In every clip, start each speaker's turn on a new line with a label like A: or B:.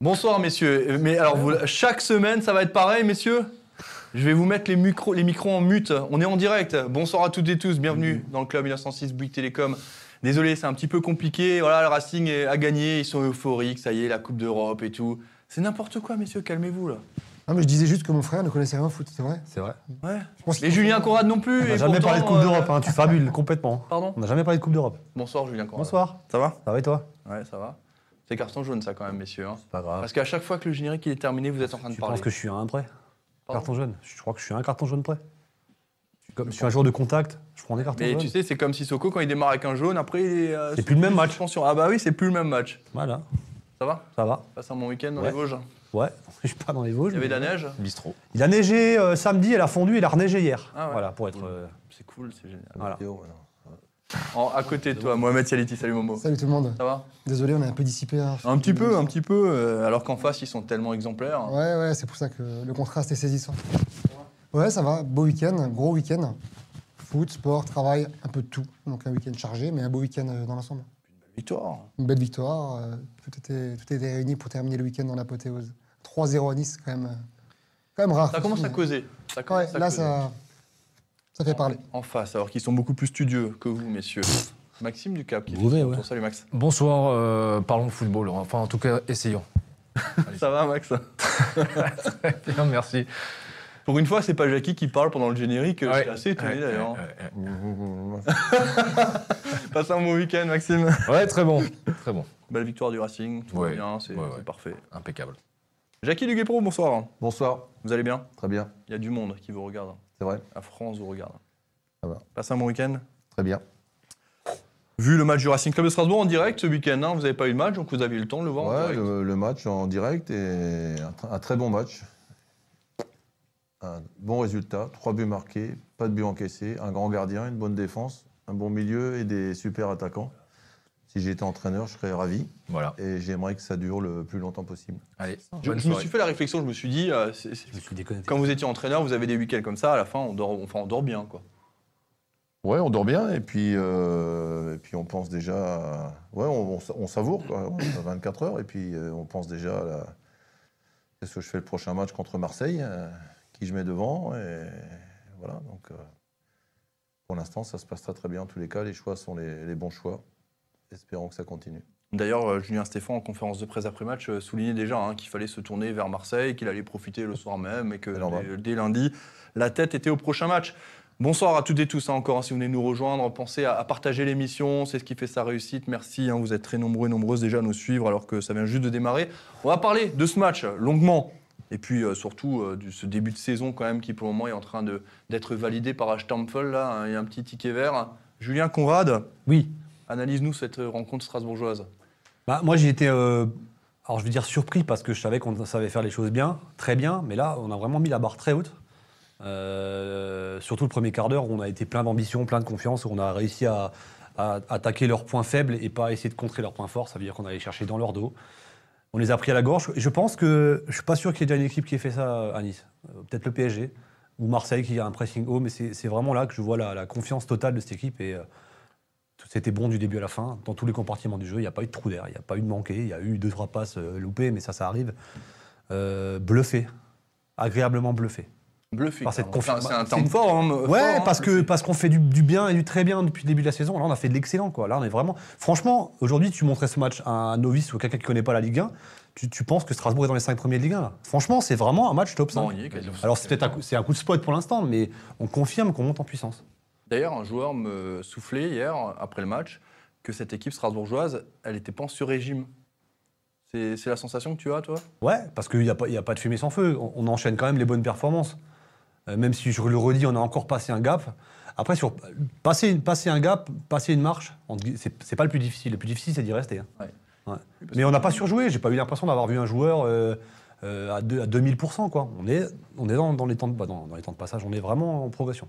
A: Bonsoir messieurs. Mais alors vous- chaque semaine ça va être pareil messieurs Je vais vous mettre les micros, les micros en mute. On est en direct. Bonsoir à toutes et tous. Bienvenue dans le club 1906 Bouygues Télécom. Désolé, c'est un petit peu compliqué. Voilà, le Racing est- a gagné, ils sont euphoriques, ça y est, la Coupe d'Europe et tout. C'est n'importe quoi messieurs, calmez-vous là.
B: Non, mais je disais juste que mon frère ne connaissait rien au foot, c'est vrai.
C: C'est vrai.
A: Ouais.
B: Je pense
A: Et
B: qu'il-
A: Julien Conrad non plus.
C: On n'a
A: et
C: jamais
A: pourtant,
C: parlé de Coupe
A: euh,
C: d'Europe, hein, tu fabules complètement.
A: Pardon.
C: On n'a jamais parlé de Coupe d'Europe.
A: Bonsoir Julien Conrad.
C: Bonsoir.
A: Ça va
C: Ça va et toi
A: Ouais, ça va. C'est carton jaune ça quand même messieurs. hein.
C: Pas grave.
A: Parce qu'à chaque fois que le générique il est terminé, vous êtes en train de
C: Tu
A: parler.
C: penses que je suis à un prêt
A: Pardon
C: Carton jaune. Je crois que je suis à un carton jaune prêt. Je suis comme- je suis un joueur de contact, je prends des cartons
A: Mais
C: jaunes.
A: tu sais, c'est comme Sissoko quand il démarre avec un jaune, après il est. euh,
C: C'est plus le même match.
A: suspension. Ah bah oui, c'est plus le même match.
C: Voilà,
A: Ça va
C: ça va.
A: Passe un bon week-end dans
C: Ouais.
A: les Vosges.
C: Ouais, je suis pas dans les Vosges.
A: Il y avait de
C: mais-
A: la neige.
D: Bistrot.
C: Il a neigé euh, samedi, elle a fondu, il a reneigé hier.
A: Ah ouais.
C: Voilà, pour être. euh,
A: C'est cool, c'est génial.
C: voilà.
A: Ah, En- à côté de toi, Mohamed Saliti, salut Momo.
B: Salut tout le monde.
A: Ça va
B: Désolé, on est un peu dissipé. hein.
A: Un petit peu, un petit peu. euh, alors qu'en face, ils sont tellement exemplaires.
B: Ouais, ouais, c'est pour ça que le contraste est saisissant. Ouais, ça va. Beau week-end, gros week-end. Foot, sport, travail, un peu de tout. Donc un week-end chargé, mais un beau week-end euh, dans l'ensemble.
A: Victoire.
B: Une belle victoire. euh, Tout était, tout était réuni pour terminer le week-end en apothéose. 3-0 à Nice, quand même, euh, quand même rare.
A: Ça commence à causer. Ça
B: Ouais,
A: commence à
B: là,
A: causer.
B: ça, ça fait parler.
A: En face, alors qu'ils sont beaucoup plus studieux que vous, messieurs. Maxime Ducap qui
C: Beauvais,
A: fait son
C: ouais.
A: tour. Salut Max.
D: Bonsoir, euh, parlons football. Enfin, en tout cas, essayons.
A: Ça va Max
D: Non, merci.
A: Pour une fois, c'est pas Jackie qui parle pendant le générique. Je
D: Ouais.
A: suis assez étonné
D: Ouais,
A: d'ailleurs.
D: ouais, ouais.
A: Passe un bon week-end, Maxime.
D: Ouais, très bon. Très bon.
A: Belle victoire du Racing, tout va
D: Ouais.
A: bien, c'est
D: Ouais,
A: c'est
D: ouais.
A: parfait.
D: Impeccable.
A: Jackie Duguay-Pro, bonsoir.
E: Bonsoir,
A: Vous allez bien
E: très bien,
A: Il y a du monde qui vous regarde. hein.
E: c'est vrai,
A: La France vous regarde.
E: Ça va.
A: Passez un bon week-end.
E: très bien.
A: Vu le match du Racing Club de Strasbourg en direct ce week-end, hein, vous n'avez pas eu le match, donc vous aviez le temps de le voir en
E: Ouais,
A: direct.
E: le, le match en direct et un, tr- un très bon match. Un bon résultat, trois buts marqués, pas de buts encaissés, un grand gardien, une bonne défense, un bon milieu et des super attaquants. Si j'étais entraîneur, je serais ravi
D: Voilà.
E: et j'aimerais que ça dure le plus longtemps possible.
D: Allez,
A: Je,
D: bonne
A: je me
D: soirée.
A: suis fait la réflexion, je me suis dit, euh, c'est- c'est-
C: Je suis déconnecté.
A: quand vous étiez entraîneur, vous avez des week-ends comme ça, à la fin, on dort, enfin, on dort bien. quoi.
E: Ouais, on dort bien et puis, euh, et puis on pense déjà. à- Ouais, on, on sa- on savoure, quoi. On a 24 heures et puis euh, on pense déjà à la- qu'est-ce que je fais le prochain match contre Marseille, euh, qui je mets devant. Et voilà, donc euh, pour l'instant, ça se passe très très bien en tous les cas. Les choix sont les, les bons choix. Espérons que ça continue.
A: D'ailleurs, euh, Julien Stéphane, en conférence de presse après-match, euh, soulignait déjà hein, qu'il fallait se tourner vers Marseille, qu'il allait profiter le soir même et que
E: C'est normal.
A: dès, dès lundi, la tête était au prochain match. Bonsoir à toutes et tous hein, encore, hein, si vous venez nous rejoindre, pensez à, à partager l'émission, c'est ce qui fait sa réussite, merci, hein, vous êtes très nombreux et nombreuses déjà à nous suivre alors que ça vient juste de démarrer. On va parler de ce match euh, longuement et puis euh, surtout euh, de ce début de saison quand même qui pour le moment est en train de- d'être validé par Ashtamfol, là, hein, il y a un petit ticket vert. Julien Conrad,
C: Oui.
A: analyse-nous cette euh, rencontre strasbourgeoise.
C: Bah, moi, j'ai été, euh, alors je veux dire surpris parce que je savais qu'on savait faire les choses bien, très bien, mais là, on a vraiment mis la barre très haute. Euh, surtout le premier quart d'heure, où on a été plein d'ambition, plein de confiance, où on a réussi à, à attaquer leurs points faibles et pas essayer de contrer leurs points forts. Ça veut dire qu'on allait chercher dans leur dos. On les a pris à la gorge. Je pense que je suis pas sûr qu'il y ait déjà une équipe qui ait fait ça à Nice. Euh, Peut-être le PSG ou Marseille qui a un pressing haut, mais c'est c'est vraiment là que je vois la, la confiance totale de cette équipe et euh, tout- c'était bon du début à la fin dans tous les compartiments du jeu. Il n'y a pas eu de trou d'air, il n'y a pas eu de manqué, il y a eu deux trois passes euh, loupées, mais ça ça arrive. Euh, bluffé, agréablement bluffé.
A: Bluffé.
C: Par cette
A: clairement.
C: confiance-
A: C'est un- C'est un
C: c'est
A: terme
C: une-
A: fort. hein,
C: Ouais,
A: fort, hein,
C: parce que
A: bluffé.
C: parce qu'on fait du, du bien et du très bien depuis le début de la saison. Là, on a fait de l'excellent, quoi. Là, on est vraiment. Franchement, aujourd'hui, tu montrais ce match à un novice ou à quelqu'un qui connaît pas la Ligue 1, tu, tu penses que Strasbourg est dans les 5 premiers de Ligue 1. Là. Franchement, c'est vraiment un match top 5.
A: Non, il y est quasiment.
C: Alors, c'est peut-être un, coup- c'est un coup de spot pour l'instant, mais on confirme qu'on monte en puissance.
A: D'ailleurs, un joueur me soufflait hier, après le match, que cette équipe strasbourgeoise, elle n'était pas en sur-régime. C'est c'est la sensation que tu as, toi
C: Ouais, parce qu'il n'y a, pas- il y a pas de fumée sans feu. On, on enchaîne quand même les bonnes performances. Euh, même si je le redis, on a encore passé un gap. Après, sur, passer, une- passer un gap, passer une marche, entre gui- c'est c'est pas le plus difficile. Le plus difficile, c'est d'y rester. hein.
A: Ouais.
C: Ouais.
A: parce
C: Mais on n'a pas surjoué. J'ai pas eu l'impression d'avoir vu un joueur euh, euh, à, deux- à 2000%. Quoi. On est, on est dans, dans les temps de, bah, dans- dans les temps de passage, on est vraiment en progression.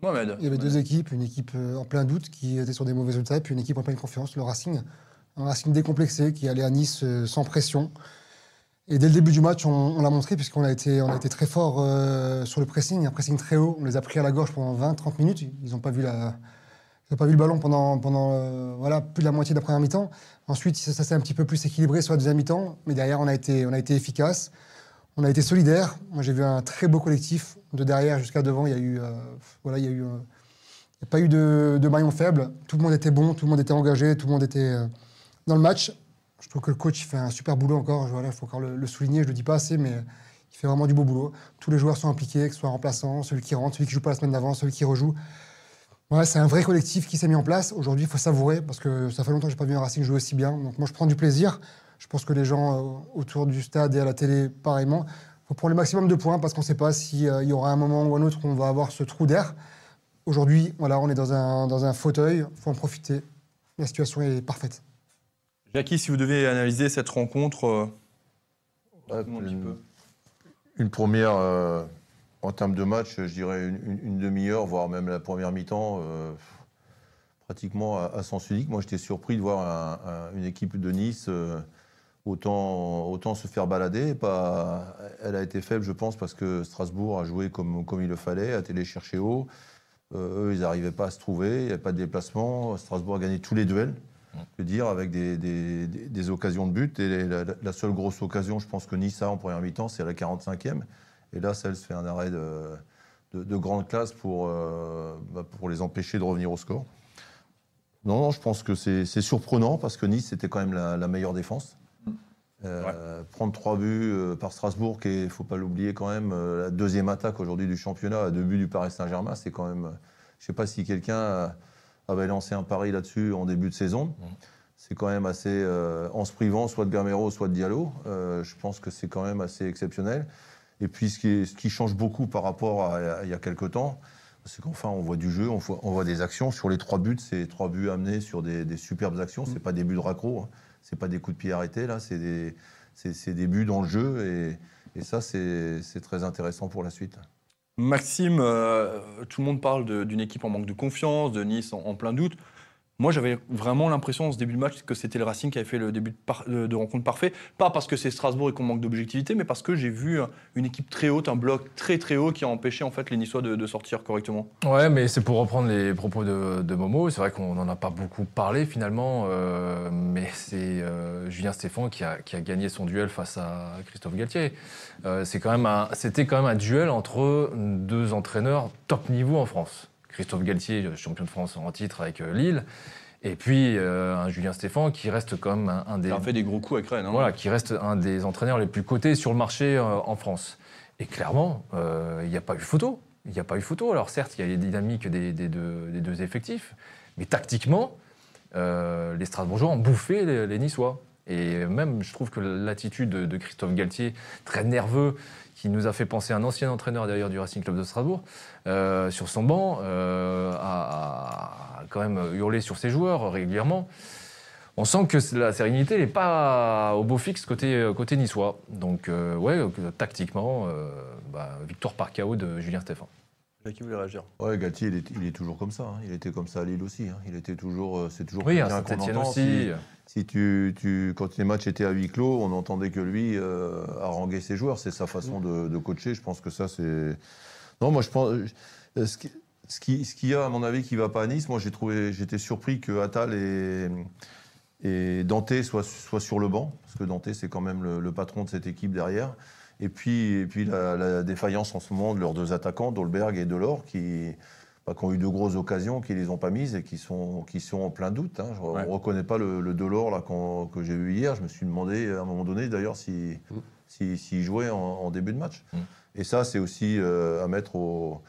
A: Mohamed.
B: Il y avait deux équipes, une équipe euh, en plein doute qui était sur des mauvais résultats et puis une équipe en pleine confiance, le Racing. Un Racing décomplexé qui allait à Nice euh, sans pression. Et dès le début du match, on, on l'a montré puisqu'on a été, on a été très fort euh, sur le pressing, un pressing très haut. On les a pris à la gorge pendant 20-30 minutes. Ils n'ont pas vu la, n'a pas vu le ballon pendant, pendant euh, voilà, plus de la moitié de la première mi-temps. Ensuite, ça, ça s'est un petit peu plus équilibré sur la deuxième mi-temps, mais derrière, on a été, on a été efficace. On a été solidaire. Moi, j'ai vu un très beau collectif. De derrière jusqu'à devant, il y a eu. euh, voilà, il y a eu. euh, il n'y a pas eu de, de maillon faible. Tout le monde était bon, tout le monde était engagé, tout le monde était euh, dans le match. Je trouve que le coach il fait un super boulot encore. Voilà, il faut encore le, le souligner. Je ne le dis pas assez, mais il fait vraiment du beau boulot. Tous les joueurs sont impliqués, que ce soit un remplaçant, celui qui rentre, celui qui joue pas la semaine d'avant, celui qui rejoue. Ouais, c'est un vrai collectif qui s'est mis en place. Aujourd'hui, il faut savourer parce que ça fait longtemps que j'ai pas vu un Racing jouer aussi bien. Donc moi, je prends du plaisir. Je pense que les gens euh, autour du stade et à la télé, pareillement, faut prendre le maximum de points parce qu'on ne sait pas s'il y aura un moment ou un autre où on va avoir ce trou d'air. Aujourd'hui, voilà, on est dans un, dans un fauteuil, faut en profiter. La situation est parfaite.
A: Jackie, si vous devez analyser cette rencontre, euh,
E: Ouais,
A: dites-nous un petit
B: euh,
E: une,
A: peu.
E: une première, euh, en termes de match, je dirais une, une- une demi-heure, voire même la première mi-temps, euh, pratiquement à, à sens unique. Moi, j'étais surpris de voir un- un- une équipe de Nice euh, autant, autant se faire balader. et Pas, elle a été faible, je pense, parce que Strasbourg a joué comme, comme il le fallait, a été les chercher haut. Euh, eux, ils n'arrivaient pas à se trouver, il n'y avait pas de déplacement. Strasbourg a gagné tous les duels, je veux dire, avec des, des- des- des occasions de but. Et la, la- la seule grosse occasion, je pense que Nice a en première mi-temps, c'est à la 45e. Et là, ça, elle se fait un arrêt de, de- de grande classe pour, euh, bah, pour les empêcher de revenir au score. Non, non, je pense que c'est c'est surprenant parce que Nice, c'était quand même la, la meilleure défense. Euh, Prendre trois buts euh, par Strasbourg, qui est, faut pas l'oublier quand même, euh, la deuxième attaque aujourd'hui du championnat, à deux buts du Paris Saint-Germain, c'est quand même. euh, Je sais pas si quelqu'un euh, avait lancé un pari là-dessus en début de saison. C'est quand même assez, euh, en se privant soit de Gamero, soit de Diallo, euh, je pense que c'est quand même assez exceptionnel. Et puis ce qui, est- ce qui change beaucoup par rapport à, à il y a quelques temps, c'est qu'enfin on voit du jeu, on voit, on voit des actions. Sur les trois buts, c'est trois buts amenés sur des, des superbes actions.
D: Mm.
E: C'est pas des buts de raccro, hein. c'est pas des coups de pied arrêtés là, c'est des, c'est- c'est des buts dans le jeu et, et ça c'est c'est très intéressant pour la suite.
A: Maxime, euh, tout le monde parle de- d'une équipe en manque de confiance, de Nice en, en plein doute. Moi, j'avais vraiment l'impression en ce début de match que c'était le Racing qui avait fait le début de, par- de- de rencontre parfait. Pas parce que c'est Strasbourg et qu'on manque d'objectivité, mais parce que j'ai vu euh, une équipe très haute, un bloc très très haut qui a empêché en fait les Niçois de, de sortir correctement.
D: Ouais, mais c'est pour reprendre les propos de, de Momo. C'est vrai qu'on n'en a pas beaucoup parlé finalement, euh, mais c'est euh, Julien Stéphane qui a, qui a gagné son duel face à Christophe Galtier. Euh, c'est quand même un- C'était quand même un duel entre deux entraîneurs top niveau en France. Christophe Galtier, champion de France en titre avec euh, Lille, et puis euh, un Julien Stéphane qui reste comme un, un des
A: Il a fait des gros coups avec Rennes. hein.
D: voilà, qui reste un des entraîneurs les plus cotés sur le marché euh, en France. Et clairement, euh, il n'y a pas eu photo. Il n'y a pas eu photo. Alors certes, il y a les dynamiques des, des deux, des deux effectifs, mais tactiquement, euh, les Strasbourgeois ont bouffé les, les Niçois. Et même, je trouve que l'attitude de, de Christophe Galtier, très nerveux, qui nous a fait penser à un ancien entraîneur d'ailleurs du Racing Club de Strasbourg, euh, sur son banc, euh, a, a quand même hurlé sur ses joueurs régulièrement. On sent que c'est- la sérénité n'est pas au beau fixe côté, euh, côté niçois. Donc, euh, ouais, euh, tactiquement, euh, bah, victoire par KO de Julien Stéphane.
A: Jackie voulait réagir.
E: Ouais, Galtier, il est, il est toujours comme ça. hein. Il était comme ça à Lille aussi. hein. Il était toujours, euh, c'est toujours
D: Oui, à
E: quelqu'un qu'on
D: Saint-Etienne
E: entend.
D: aussi.
E: Si tu, tu- quand les matchs étaient à huis clos, on n'entendait que lui euh, haranguer ses joueurs. C'est sa façon de, de coacher. Je pense que ça, c'est. Non, moi, je pense. euh, Ce qui- ce qui- ce qu'il y a, à mon avis, qui ne va pas à Nice, moi, j'ai trouvé, j'étais surpris que Attal et, et Dante soient, soient sur le banc, parce que Dante, c'est quand même le, le patron de cette équipe derrière. Et puis, et puis la, la défaillance en ce moment de leurs deux attaquants, Dolberg et Delors, qui, bah, qui ont eu de grosses occasions, qui les ont pas mises et qui sont, qui sont en plein doute. hein. Je-
A: Ouais.
E: On ne reconnaît pas le, le Delors là, qu'on- que j'ai vu hier. Je me suis demandé à un moment donné d'ailleurs s'il
C: Mm.
E: si, s'il jouait en, en début de match.
D: Mm.
E: Et ça, c'est aussi euh, à mettre au,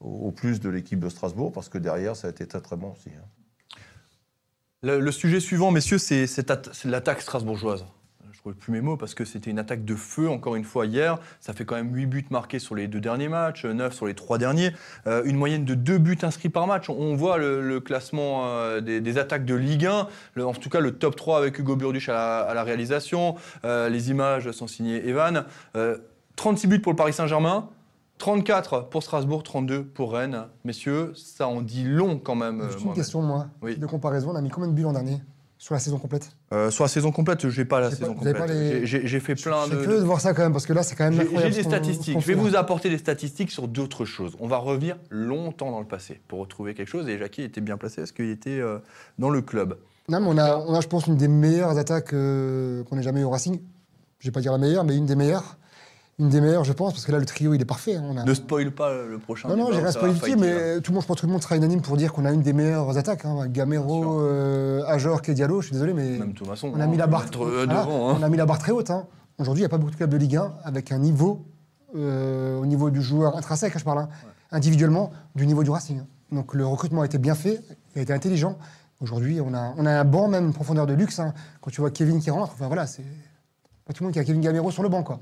E: au- au plus de l'équipe de Strasbourg, parce que derrière, ça a été très très bon aussi. hein.
A: Le, le sujet suivant, messieurs, c'est cette atta- c'est l'attaque strasbourgeoise. Je trouve plus mes mots parce que c'était une attaque de feu, encore une fois, hier. Ça fait quand même 8 buts marqués sur les deux derniers matchs, 9 sur les trois derniers. Euh, une moyenne de 2 buts inscrits par match. On, on voit le, le classement euh, des, des attaques de Ligue 1, le- en tout cas le top 3 avec Hugo Burduch à la, à la réalisation. Euh, les images sont signées Evan. Euh, 36 buts pour le Paris Saint-Germain, 34 pour Strasbourg, 32 pour Rennes. Messieurs, ça en dit long quand même. euh,
B: Juste une
A: Mohamed.
B: question, moi,
A: Oui.
B: de comparaison. On a mis combien de buts l'an dernier sur la saison complète
A: Euh, sur la saison complète, j'ai pas la
B: J'ai pas-
A: saison
B: vous avez
A: complète.
B: pas les-
A: J'ai- J'ai j'ai fait plein
B: Je suis
A: de-
B: curieux
A: de
B: de voir ça quand même, parce que là, c'est quand même
A: J'ai-
B: incroyable
A: J'ai
B: ce
A: des
B: qu'on- ce
A: statistiques.
B: qu'on
A: Je vais
B: fait,
A: vous
B: là.
A: apporter des statistiques sur d'autres choses. On va revenir longtemps dans le passé pour retrouver quelque chose. Et Jackie était bien placé parce qu'il était euh, dans le club.
B: Non, mais on a, on a, je pense, une des meilleures attaques euh, qu'on ait jamais eu au Racing. Je vais pas dire la meilleure, mais une des meilleures. Une des meilleures, je pense, parce que là, le trio, il est parfait. hein. On a-
A: Ne spoil pas le prochain.
B: Non, non,
A: débat,
B: j'ai rien
A: ça va
B: spoilé,
A: fighter, hein.
B: mais euh,
A: là.
B: tout le monde, je pense que tout le monde sera unanime pour dire qu'on a une des meilleures attaques. Hein.
A: Bien sûr.
B: Gamero, euh, Ajor, Kedialo, je suis désolé, mais
A: Même Thomason.
B: on a mis la barre
A: entre eux
B: voilà,
A: devant. hein.
B: on a mis la barre très haute. hein. Aujourd'hui, il n'y a pas beaucoup de clubs de Ligue 1 avec un niveau euh, au niveau du joueur intrinsèque, hein, je parle, hein, individuellement, du niveau du Racing. hein. Donc le recrutement a été bien fait, il a été intelligent. Aujourd'hui, on a, on a un banc, même une profondeur de luxe. hein. Quand tu vois Kevin qui rentre, enfin voilà, c'est pas tout le monde qui a Kevin Gamero sur le banc, quoi.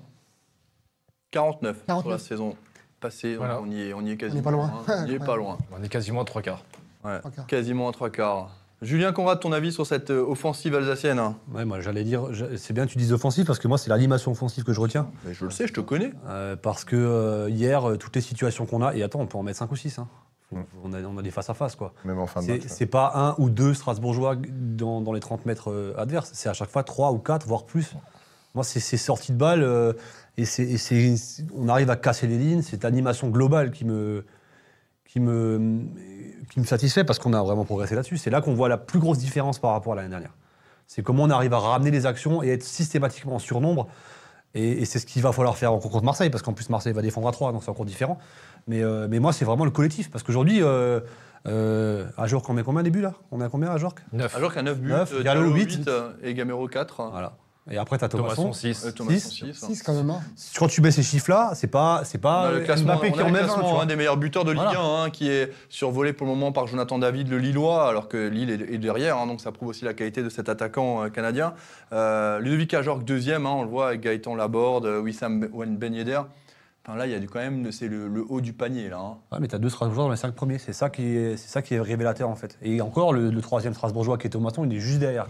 A: 49, sur la
B: 49.
A: saison passée. donc
D: Voilà.
A: on, y est, on y est quasiment.
B: est pas loin.
A: hein. On y est pas loin.
D: On est quasiment à trois quarts.
A: Ouais,
B: Trois quarts.
A: Quasiment à trois quarts. Julien Conrad, ton avis sur cette euh, offensive alsacienne hein
C: Ouais, moi, j'allais dire, je- c'est bien que tu dises offensif parce que moi, c'est l'animation offensive que je retiens.
A: Mais Je le sais, je te connais.
C: Euh, parce que euh, hier, euh, toutes les situations qu'on a, et attends, on peut en mettre 5 ou 6.
E: Mm.
C: On, a, on a des face à face, quoi.
E: Même en fin de
C: C'est
E: match. ouais.
C: c'est pas un ou deux Strasbourgeois dans, dans les 30 mètres euh, adverses, c'est à chaque fois trois ou quatre, voire plus. Moi, c'est ces sorties de balles euh, et, c'est- et c'est- c'est- on arrive à casser les lignes. Cette animation globale qui me, qui me, qui me satisfait parce qu'on a vraiment progressé là-dessus. C'est là qu'on voit la plus grosse différence par rapport à l'année dernière. C'est comment on arrive à ramener les actions et être systématiquement en surnombre. Et, et c'est ce qu'il va falloir faire en contre Marseille, parce qu'en plus Marseille va défendre à 3, donc c'est encore différent. Mais, euh, mais moi, c'est vraiment le collectif, parce qu'aujourd'hui, euh, euh, à Jorque, on met combien au début là On est à combien à Jorque
D: Neuf.
A: Alors qu'à 9 buts,
C: Neuf,
A: euh,
C: Diallo,
A: Diallo
C: huit.
A: 8 et Gamero 4.
C: Voilà. Et après, t'as Thomasson.
D: Thomason, 6.
A: Euh, Thomason
C: Six.
A: six.
B: Six, quand même. hein.
C: Quand tu mets ces chiffres-là, c'est pas, c'est
A: On
C: pas
A: a le
C: euh,
A: classement,
C: Mbappé
A: on
C: qui
A: a
C: en
A: le
C: met 20.
A: classement, hein.
C: tu vois.
A: un des meilleurs buteurs de Ligue
C: Voilà.
A: 1, hein, qui est survolé pour le moment par Jonathan David, le Lillois, alors que Lille est, est derrière, hein, donc ça prouve aussi la qualité de cet attaquant euh, canadien. Euh, Ludovic Ajorque, deuxième, hein, on le voit avec Gaëtan Laborde, euh, Wissam Ben Ben Yedder. Enfin, là, il y a du, quand même, c'est le, le haut du panier, là. hein.
C: Ouais, mais t'as deux Strasbourgeois dans les cinq premiers. C'est ça qui est, c'est ça qui est révélateur en fait. Et encore, le, le troisième Strasbourgeois qui est Thomason, il est juste derrière.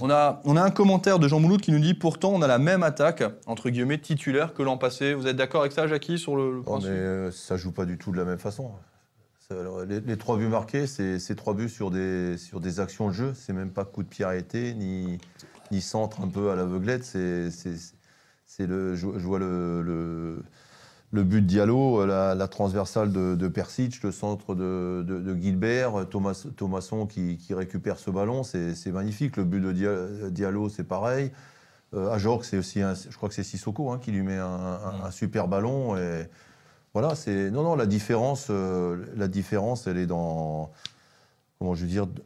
A: On a, on a un commentaire de Jean Mouloud qui nous dit Pourtant, on a la même attaque, entre guillemets, titulaire que l'an passé. Vous êtes d'accord avec ça, Jackie, sur le, le
C: Oh,
E: Non, mais
A: principe
E: euh, ça joue pas du tout de la même façon. Ça, alors, les, les trois buts marqués, c'est c'est trois buts sur des, sur des actions de jeu. C'est même pas coup de pied arrêté, ni, ni centre un peu à l'aveuglette. C'est c'est- c'est le, je, je vois le, le, le but de Diallo, la, la transversale de, de Persic, le centre de, de, de Gilbert, Thomas, Thomasson qui, qui récupère ce ballon. C'est c'est magnifique. Le but de Dia- Diallo, c'est pareil. Euh, Ajorque, c'est aussi, un- je crois que c'est Sissoko hein, qui lui met un,
A: Mm.
E: un- un super ballon. Et, voilà, c'est non, non, la différence, euh, la différence, elle est dans comment je veux dire, de-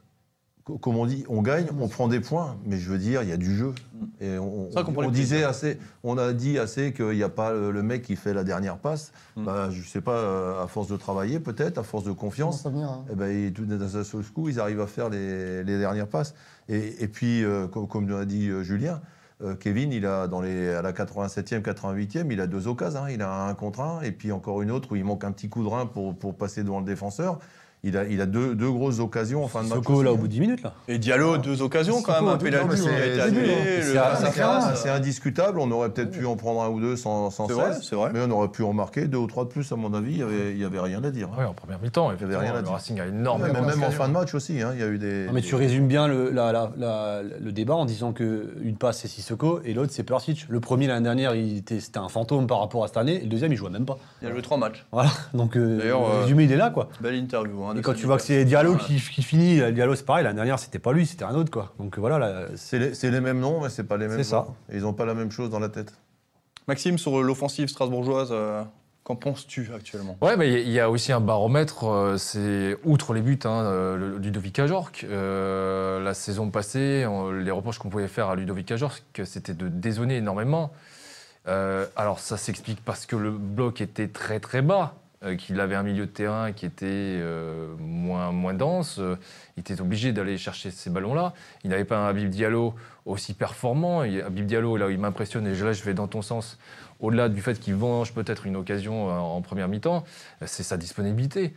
E: co- comme on dit, on gagne, on prend des points, mais je veux dire, il y a du jeu. Et on,
A: Mm. C'est vrai qu'on
E: on
A: prend les petits
E: disait assez, on a dit assez qu'il n'y a pas le le mec qui fait la dernière passe.
A: Mm.
E: Bah, je sais pas, euh, à force de travailler, peut-être, à force de
B: Comment
E: confiance,
B: ça va venir, hein.
E: eh ben, ils- tout d'un seul coup, ils arrivent à faire les, les dernières passes. Et, et puis, euh, co- comme, l'a dit euh, Julien, euh, Kevin, il a dans les, à la 87e, 88e, il a deux occasions. hein. Il a un contre un, et puis encore une autre où il manque un petit coup de rein pour, pour passer devant le défenseur. Il a, il a deux, deux grosses occasions en fin de match.
C: Soko
E: aussi,
C: là
E: hein.
C: au bout de 10 minutes là.
A: Et Diallo, deux occasions, quand même, un
B: deux- non,
A: pénalty qui a
B: mais
E: c'est-
A: été
E: c'est
A: annulé,
B: nul,
A: le
C: hein. C'est-
A: face
C: c'est
A: à
E: Ah,
A: face.
E: C'est indiscutable, on aurait peut-être pu en prendre un ou deux sans, sans
A: C'est vrai,
E: cesse,
A: c'est vrai.
E: mais on aurait pu en marquer deux ou trois de plus, à mon avis, il n'y avait, il y avait rien à dire. hein.
D: Ouais, en première mi-temps, effectivement,
E: rien à
D: le
E: dire.
D: Racing a
E: Même,
D: énormément
E: même en
D: d'occasions.
E: fin de match aussi, hein, il y a eu des.
C: Non, mais tu
E: des-
C: résumes bien le, la- la- la- le débat en disant que une passe c'est Sissoko et l'autre c'est Persic. Le premier l'année dernière, il était, c'était un fantôme par rapport à cette année. Et le deuxième, il jouait même pas.
A: Il a joué trois matchs.
C: Voilà. Donc euh,
A: D'ailleurs,
C: le
A: euh,
C: résumé, il est là quoi.
A: Belle interview. hein, de
C: Et quand
A: Samy
C: tu vois que c'est
A: Persic.
C: Diallo
A: Voilà.
C: qui, qui finit, euh, Diallo c'est pareil. L'année dernière, c'était pas lui, c'était un autre quoi. Donc euh, voilà. là,
E: C'est les, c'est les mêmes noms, mais c'est pas les mêmes.
C: C'est ça.
E: joueurs. Ils n'ont pas la même chose dans la tête.
A: Maxime, sur l'offensive strasbourgeoise, euh, qu'en penses-tu actuellement
D: Ouais, mais il y a aussi un baromètre, euh, c'est outre les buts, hein, euh, le- Ludovic Ajorc. Euh, la saison passée, on- les reproches qu'on pouvait faire à Ludovic Ajorc, c'était de dézonner énormément. Euh, alors ça s'explique parce que le bloc était très très bas, euh, qu'il avait un milieu de terrain qui était euh, moins, moins dense, euh, il était obligé d'aller chercher ces ballons-là. Il n'avait pas un Habib Diallo aussi performant. Et Habib Diallo, là, il m'impressionne, et là je vais dans ton sens, au-delà du fait qu'il venge peut-être une occasion euh, en première mi-temps, euh, c'est sa disponibilité.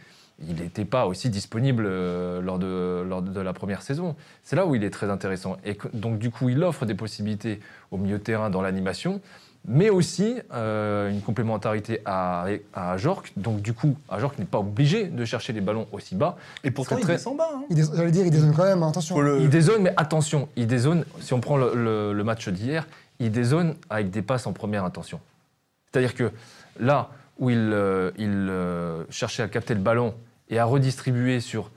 D: Il n'était pas aussi disponible euh, lors, de, lors de la première saison. C'est là où il est très intéressant. Et que- donc, du coup, il offre des possibilités au milieu de terrain dans l'animation. mais aussi euh, une complémentarité à, à Jork. Donc du coup, Ajorc n'est pas obligé de chercher les ballons aussi bas.
A: Et pourtant,
D: Très,
A: il
D: très-
A: descend bas. hein.
B: Il dés- J'allais dire, il dézone quand même, hein, attention.
A: Faut le-
D: Il dézone, mais attention, il dézone, si on prend le, le- le match d'hier, il dézone avec des passes en première intention. C'est-à-dire que là où il, euh, il, euh, cherchait à capter le ballon et à redistribuer sur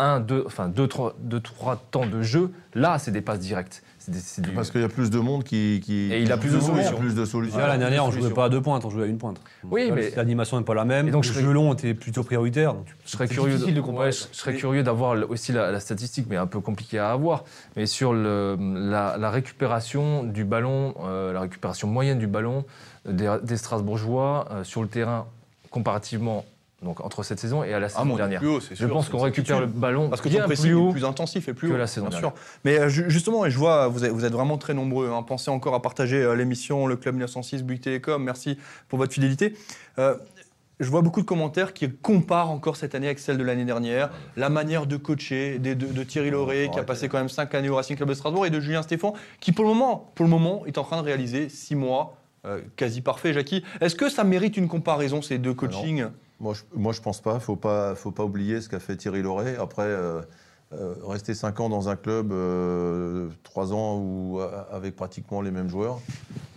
D: un, deux, enfin deux, trois, deux, trois temps de jeu, là c'est des passes directes. C'est des- c'est du-
E: Parce qu'il y a plus de monde qui. qui-
D: Et il a
E: qui
D: plus de
E: joue, il y a
D: solutions.
E: Plus de solutions.
C: Déjà, L'année dernière, on jouait
D: solution.
C: pas à deux pointes, on jouait à une pointe.
D: Oui,
C: Là,
D: mais-
C: L'animation n'est pas la même.
D: Et donc,
C: le
D: je
C: jeu
D: serais-
C: long était plutôt prioritaire. donc tu-
D: Je serais
C: c'est
D: curieux,
C: difficile de comparer,
D: ouais, je
C: ça.
D: serais
C: Mais-
D: curieux d'avoir le- aussi la, la statistique, mais un peu compliqué à avoir. Mais sur le- la, la récupération du ballon, euh, la récupération moyenne du ballon des, des Strasbourgeois euh, sur le terrain comparativement donc entre cette saison et à la saison
A: Ah, mon
D: dernière.
A: plus haut, c'est
D: Je
A: sûr,
D: pense
A: c'est
D: qu'on
A: une
D: récupère le
A: certitude.
D: ballon
A: Parce que
D: bien
A: ton pressing
D: plus haut.
A: est plus intensif et plus
D: que
A: haut,
D: la saison
A: bien sûr.
D: dernière.
A: Mais euh, ju- justement, et je vois, vous êtes, vous êtes vraiment très nombreux. hein. Pensez encore à partager euh, l'émission, le Club 1906, Bouygues Télécom. Merci pour votre fidélité. Euh, je vois beaucoup de commentaires qui comparent encore cette année avec celle de l'année dernière. La manière de coacher des- de, de Thierry Lauré, qui a passé quand même 5 années au Racing Club de Strasbourg, et de Julien Stéphan, qui pour le moment, pour le moment est en train de réaliser 6 mois euh, quasi parfaits. Jackie, est-ce que ça mérite une comparaison, ces deux coachings
E: Moi, je, moi, je pense pas. Faut pas, faut pas oublier ce qu'a fait Thierry Loret. Après, euh, euh, rester 5 ans dans un club, 3 ans ou a- avec pratiquement les mêmes joueurs,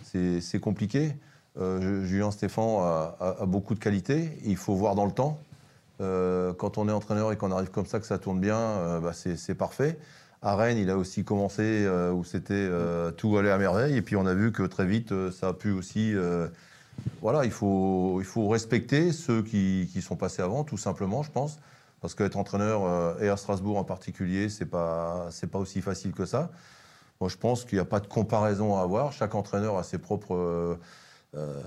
E: c'est c'est compliqué. Euh, Ju- Julien Stéphan a, a- a beaucoup de qualités. Il faut voir dans le temps. Euh, quand on est entraîneur et qu'on arrive comme ça, que ça tourne bien, euh, bah, c'est c'est parfait. À Rennes, il a aussi commencé euh, où c'était euh, tout allait à merveille. Et puis on a vu que très vite, euh, ça a pu aussi euh, voilà, il faut, il faut respecter ceux qui, qui sont passés avant, tout simplement, je pense. Parce qu'être entraîneur, euh, et à Strasbourg en particulier, c'est pas, c'est pas aussi facile que ça. Moi, je pense qu'il n'y a pas de comparaison à avoir. Chaque entraîneur a ses propres, euh, euh,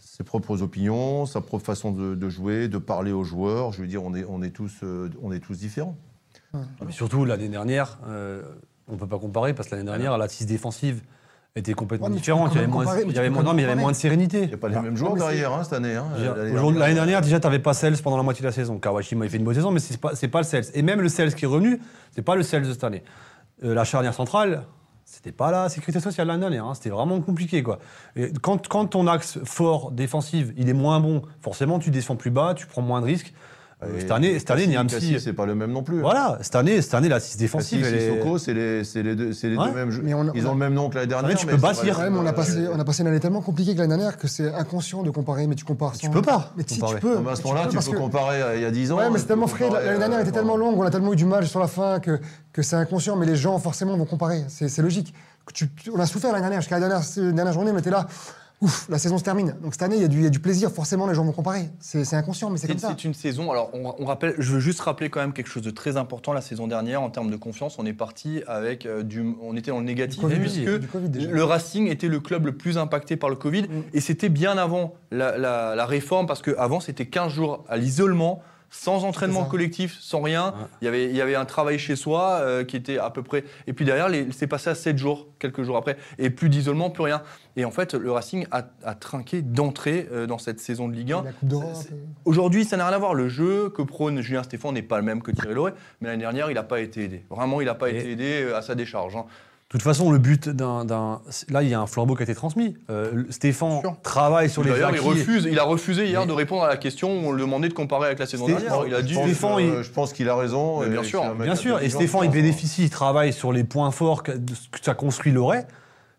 E: ses propres opinions, sa propre façon de, de jouer, de parler aux joueurs. Je veux dire, on est, on est, tous, euh, on est tous différents.
C: Mais surtout, l'année dernière, euh, on ne peut pas comparer parce que l'année dernière, la 6 défensive était complètement
B: Ouais, mais tu
C: différente.
B: peux quand
C: Il y avait
B: même
C: moins,
B: comparer, mais
C: il y
B: tu
C: avait
B: peux
C: moins-
B: quand
C: non, mais il y
B: même
C: avait moins de
E: Il n'y
C: sérénité.
E: a pas les mêmes joueurs
B: mais c'est-
E: derrière hein, cette année. hein.
C: Je veux dire,
E: L'année
C: aujourd'hui- L'année
E: dernière,
C: dernière, déjà, tu n'avais pas Sels pendant la moitié de la saison. Kawashima, il fait une bonne saison, mais ce n'est pas, c'est pas le Sels. Et même le Sels qui est revenu, ce n'est pas le Sels de cette année. Euh, la charnière centrale, c'était pas la sécurité sociale l'année dernière. hein. C'était vraiment compliqué. Quoi. Et quand, quand ton axe fort défensif, il est moins bon, forcément, tu descends plus bas, tu prends moins de risques. Euh,
E: Et
C: cette année, cette année Niamsi-
E: Cassis, c'est pas le même non plus.
C: Voilà, cette année, cette année la 6 défensive,
E: Cassis,
C: elle est...
E: Sissoko, c'est les, c'est les deux, c'est les
C: Ouais.
E: deux mêmes. jeux.
B: Mais on-
E: Ils
B: on a-
E: ont le même nom que l'année dernière.
C: Ouais, tu peux
E: c'est
C: pas
E: pas
C: dire.
E: la-
B: Quand même, on a passé,
E: euh,
B: on a passé une année tellement compliquée que l'année dernière que c'est inconscient de comparer, mais tu compares.
C: Tu
B: sans-
C: peux pas
B: Mais si, tu
C: comparer.
B: peux.
E: non, mais à ce
B: Tu
E: moment-là, tu
B: parce
E: peux
B: que-
E: comparer à il y a 10 ans.
B: Ouais, mais
E: tu
B: c'est
E: peux
B: tellement frais.
E: comparer,
B: L'année dernière
E: euh,
B: était tellement longue, on a tellement eu du mal sur la fin que, que c'est inconscient, mais les gens forcément vont comparer. C'est c'est logique. Que tu- tu- on a souffert l'année dernière, jusqu'à la dernière, la dernière journée, on était là. Ouf, la saison se termine. Donc cette année, il y, a du- il y a du plaisir, forcément, les gens vont comparer. C'est c'est inconscient, mais c'est comme
A: C'est
B: ça.
A: c'est une saison. Alors, on, on rappelle, je veux juste rappeler quand même quelque chose de très important. La saison dernière, en termes de confiance, on est parti avec euh, du, on était dans le négatif
B: Du Covid,
A: puisque
B: du Covid déjà. Mm.
A: le Racing était le club le plus impacté par le Covid et c'était bien avant la, la- la réforme parce que avant c'était 15 jours à l'isolement. Sans entraînement
B: C'est ça.
A: collectif, sans rien. Il y, avait, il y avait un travail chez soi euh, qui était à peu près. Et puis derrière, les- c'est passé à 7 jours, quelques jours après. Et plus d'isolement, plus rien. Et en fait, le Racing a, a trinqué d'entrée euh, dans cette saison de Ligue 1.
B: La Coupe d'Europe.
A: C'est-
B: euh.
A: Aujourd'hui, ça n'a rien à voir. Le jeu que prône Julien Stéphane n'est pas le même que Thierry Loret, mais l'année dernière, il n'a pas été aidé. Vraiment, il n'a pas
C: Et-
A: été aidé euh, à sa décharge. hein.
C: De toute façon, le but d'un. d'un- Là, il y a un flambeau qui a été transmis. Euh, le- Stéphane
A: Sûr.
C: travaille sur les
A: D'ailleurs, il
C: acquis.
A: refuse. Il a refusé hier
C: Mais-
A: de répondre à la question où on le demandait de comparer avec la saison
C: Stéphane-
A: dernière. Il a dit.
E: Je pense,
C: Stéphane,
E: euh,
C: il-
E: je pense qu'il a raison.
A: Mais
E: et
A: bien
E: c'est
A: sûr,
E: un mec
C: Bien sûr, et
E: intelligent,
C: Stéphane, il
E: je pense.
C: bénéficie, il travaille sur les points forts que, de ce que ça construit Loret,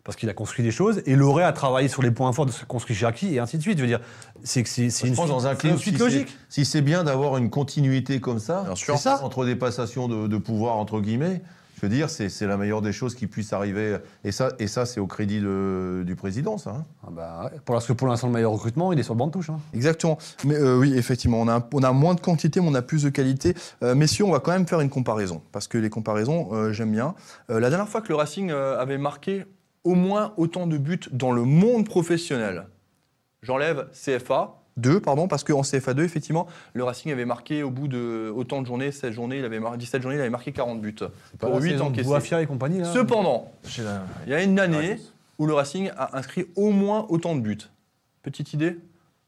C: parce qu'il a construit des choses, et Loret a travaillé sur les points forts de ce que construit Jackie, et ainsi de suite. Je veux dire, c'est que c'est c'est
E: Je
C: une,
E: pense
C: suite-
E: dans un
C: c'est
E: club,
C: une suite
E: si c'est-
C: logique.
E: Si c'est bien d'avoir une continuité comme ça,
A: Bien sûr.
E: c'est ça, entre des passations de, de pouvoir, entre guillemets, je veux dire, c'est c'est la meilleure des choses qui puisse arriver. Et ça, et ça c'est au crédit de- du président, ça. hein.
C: Ah bah ouais, pour- parce que pour l'instant, le meilleur recrutement, il est sur le banc de touche. hein.
A: Exactement. Mais euh, oui, effectivement, on a, on a moins de quantité, mais on a plus de qualité. Euh, messieurs, on va quand même faire une comparaison, parce que les comparaisons, euh, j'aime bien. Euh, la dernière fois que le Racing euh, avait marqué au moins autant de buts dans le monde professionnel, j'enlève CFA. 2, pardon, parce qu'en CFA2, effectivement, le Racing avait marqué au bout de autant de journées, 16 journées, il avait marqué, 17 journées, il avait marqué 40 buts. Pour
C: Voilà,
A: 8
C: saison de
A: encaissés.
C: Bouafia et compagnie. là.
A: Cependant,
D: Chez la-
A: il y a une année où le Racing a inscrit au moins autant de buts. Petite idée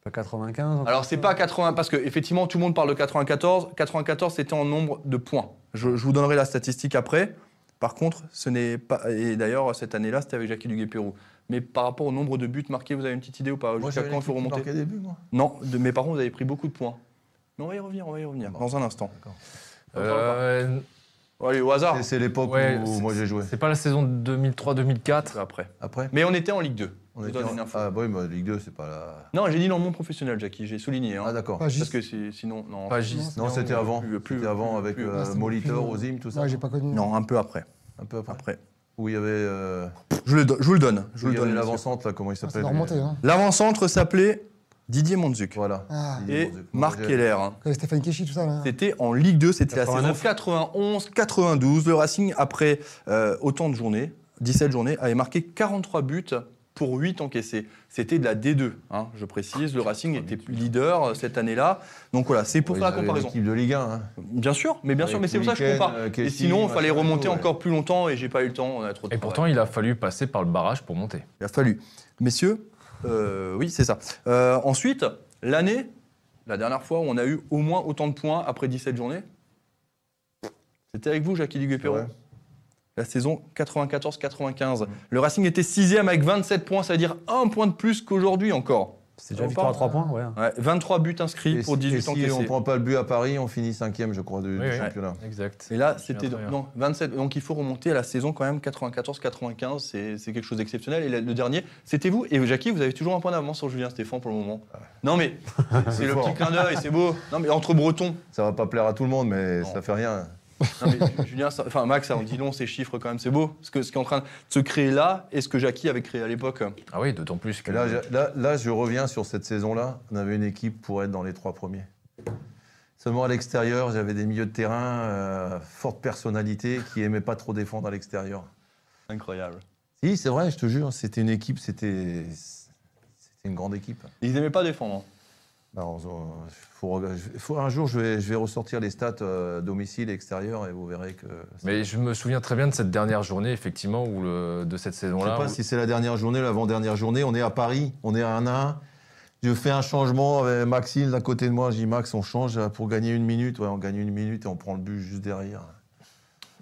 C: Pas 95.
A: alors c'est pas 80 parce que effectivement tout le monde parle de 94. 94 c'était en nombre de points. Je, je vous donnerai la statistique après. Par contre, ce n'est pas. Et d'ailleurs, cette année-là, c'était avec Jackie Duguay-Pérou. Mais par rapport au nombre de buts marqués, vous avez une petite idée ou pas
E: Moi,
A: Jusqu'à
E: j'avais
A: quand il faut
E: l'équipe qui
A: remonter
E: marquait des buts, moi.
A: Non, de- mais par contre, vous avez pris beaucoup de points. Mais on va y revenir, on va y revenir.
E: Bon.
A: Dans un instant. Oh,
D: Euh,
A: Allez, au
C: Ah.
A: hasard.
E: C'est- C'est l'époque
D: ouais,
E: où
D: c'est-
E: moi j'ai joué.
D: C'est pas la saison 2003-2004.
A: Après.
E: Après
A: Mais on était en Ligue 2.
E: on
A: je
E: était
A: donne
E: en-
A: une info.
E: Ah, bah oui, mais Ligue 2, c'est pas la.
A: Non, j'ai dit dans le monde professionnel, Jackie, j'ai souligné. hein.
E: Ah, d'accord. Ah,
B: Pas
A: parce
B: juste.
A: que c'est- sinon, non.
D: Pas Gis.
E: Non, c'était avant.
A: Plus- plus-
E: C'était avant
A: plus-
E: avec
A: plus-
E: euh,
B: c'était
E: Molitor,
B: plus-
E: Ozim, tout ça.
B: Ouais, j'ai pas connu.
A: Non, un peu après.
E: Un peu après.
A: Après.
E: Où il y avait. euh,
A: Je le, do- je vous le donne. Je
E: où
A: vous
E: il
A: le
E: y avait
A: donne. messieurs.
E: l'avancante, là, comment il
B: Ah, c'est
E: s'appelle
B: leur remontée, hein.
A: L'avant-centre s'appelait Didier Monzuc
E: Voilà.
B: Ah,
E: Il-
A: et
E: Mandzukic.
A: Marc Keller. hein.
B: avec Stéphane Keshi, tout ça, là.
A: C'était en Ligue 2, c'était la saison
C: 89.
A: 91-92. Le Racing, après euh, autant de journées, 17 journées, avait marqué 43 buts pour 8 encaissés. C'était de la D2, hein, je précise.
E: Ah,
A: Le Racing était leader euh, cette année-là. Donc voilà, c'est pour
E: Ouais,
A: faire la
E: ils avaient
A: comparaison.
E: L'équipe de Ligue 1. hein.
A: Bien sûr, mais bien sûr,
E: Avec
A: mais c'est pour ça que je
E: Pouliken,
A: compare.
E: euh,
A: Et
E: Kessie,
A: sinon, il fallait
E: machin,
A: remonter
E: ouais.
A: encore plus longtemps et j'ai pas eu le temps, on a trop de travail.
D: Et pourtant, il a fallu passer par le barrage pour monter.
A: Il a fallu. Messieurs, euh, oui, c'est ça. Euh, ensuite, l'année, la dernière fois où on a eu au moins autant de points après 17 journées, c'était avec vous, Jacques Duguay-Perron.
E: Ouais.
A: La saison 94-95. Le Racing était sixième avec 27 points, c'est-à-dire un point de plus qu'aujourd'hui encore.
C: C'est
A: On
C: déjà victoire à
A: parle-
C: 3 points, ouais.
A: Ouais, 23 buts inscrits
E: Et
A: pour
E: si- et
A: 18
E: si
A: encaissés.
E: on prend pas le but à Paris, on finit cinquième, je crois, du,
D: Oui,
E: du
D: oui.
E: championnat.
D: Exact.
A: Et là,
D: Je hein. me souviens
A: c'était
D: très bien.
A: non 27. Donc il faut remonter à la saison quand même 94-95. C'est c'est quelque chose d'exceptionnel. Et la- le dernier, c'était vous et Jackie. Vous avez toujours un point d'avance sur Julien Stéphane pour le moment. Non mais Ah c'est le
E: fort.
A: petit clin d'œil, c'est beau. Non mais entre Bretons.
E: Ça va pas plaire à tout le monde, mais
A: Non.
E: ça fait rien.
A: Non, mais Julien, ça- enfin Max, ça en dit long ces chiffres quand même. C'est beau. Ce que ce qui est en train de se créer là et ce que Jackie avait créé à l'époque.
D: Ah oui, d'autant plus que.
E: Et là, j'ai- là, là, je reviens sur cette saison-là. On avait une équipe pour être dans les trois premiers. Seulement à l'extérieur, j'avais des milieux de terrain, euh, forte personnalité, qui aimaient pas trop défendre à l'extérieur.
A: Incroyable.
E: Si, c'est vrai, je te jure, c'était une équipe, c'était c'était une grande équipe.
A: Et Ils n'aimaient pas défendre. hein.
E: Non, Bah, on- faut rega- faut- un jour, je vais, je vais ressortir les stats euh, domicile et extérieur et vous verrez que.
D: Mais je me souviens très bien de cette dernière journée, effectivement, ou le... de cette
E: Je sais
D: saison-là.
E: pas
D: où-
E: si c'est la dernière journée ou l'avant-dernière journée. On est à Paris, on est à 1 à 1. Je fais un changement avec Maxime d'un côté de moi. Je dis Max, on change euh, pour gagner une minute. Ouais, on gagne une minute et on prend le but juste derrière.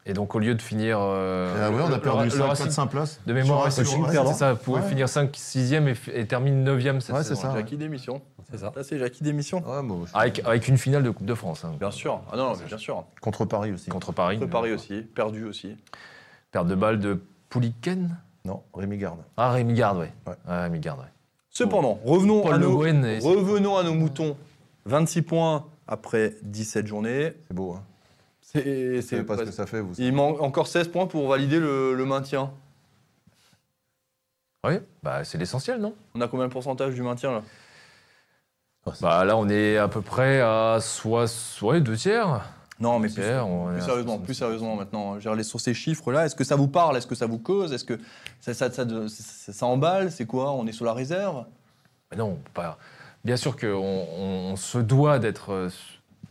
D: Et donc, au lieu de finir. euh,
E: Ah ouais, on
D: le-
E: a perdu
D: le, le Racing-
E: 5 places.
D: De mémoire,
E: Sur un
D: Racing,
E: coaching
D: ouais,
E: perdant.
D: c'est ça, pouvait
E: Ouais.
D: finir 5, 6e et, fi- et termine 9e cette
E: Ouais, c'est
D: saison.
E: ça.
A: Jackie démission.
C: C'est ça.
A: Là c'est Jackie démission.
E: Ouais, bon, je-
D: Avec, avec une finale de Coupe de France, hein,
A: Bien sûr. Ah non, non mais bien sûr.
E: Contre Paris aussi.
D: contre Paris.
A: Contre Paris aussi, perdu aussi.
D: Perte de balle de Pouliken
E: Non, Rémi Garde.
D: Ah, Rémi Garde, ouais.
E: Ouais.
D: Ah, Rémi Garde, ouais.
A: Cependant, revenons
D: Paul
A: à
D: Le
A: nos,
D: Gouen et-
A: revenons à nos moutons. 26 points après 17 journées.
E: C'est beau. Hein.
A: C'est,
E: Vous savez
A: c'est
E: pas ce
A: pas-
E: que ça fait, vous.
A: Il manque encore 16 points pour valider le, le maintien.
D: Oui, bah, c'est l'essentiel, non
A: On a combien de pourcentage du maintien là
D: Bah là, on est à peu près à soit, soit deux tiers.
A: Non, mais
D: Deux
A: plus,
D: tiers, on est
A: plus
D: à
A: sérieusement,
D: 66.
A: plus sérieusement maintenant. Je veux dire, sur ces chiffres-là, est-ce que ça vous parle Est-ce que ça vous cause Est-ce que ça, ça, ça, de- ça- ça emballe C'est quoi On est sur la réserve
D: Mais non, on peut pas. Bien sûr qu'on on, on se doit d'être euh,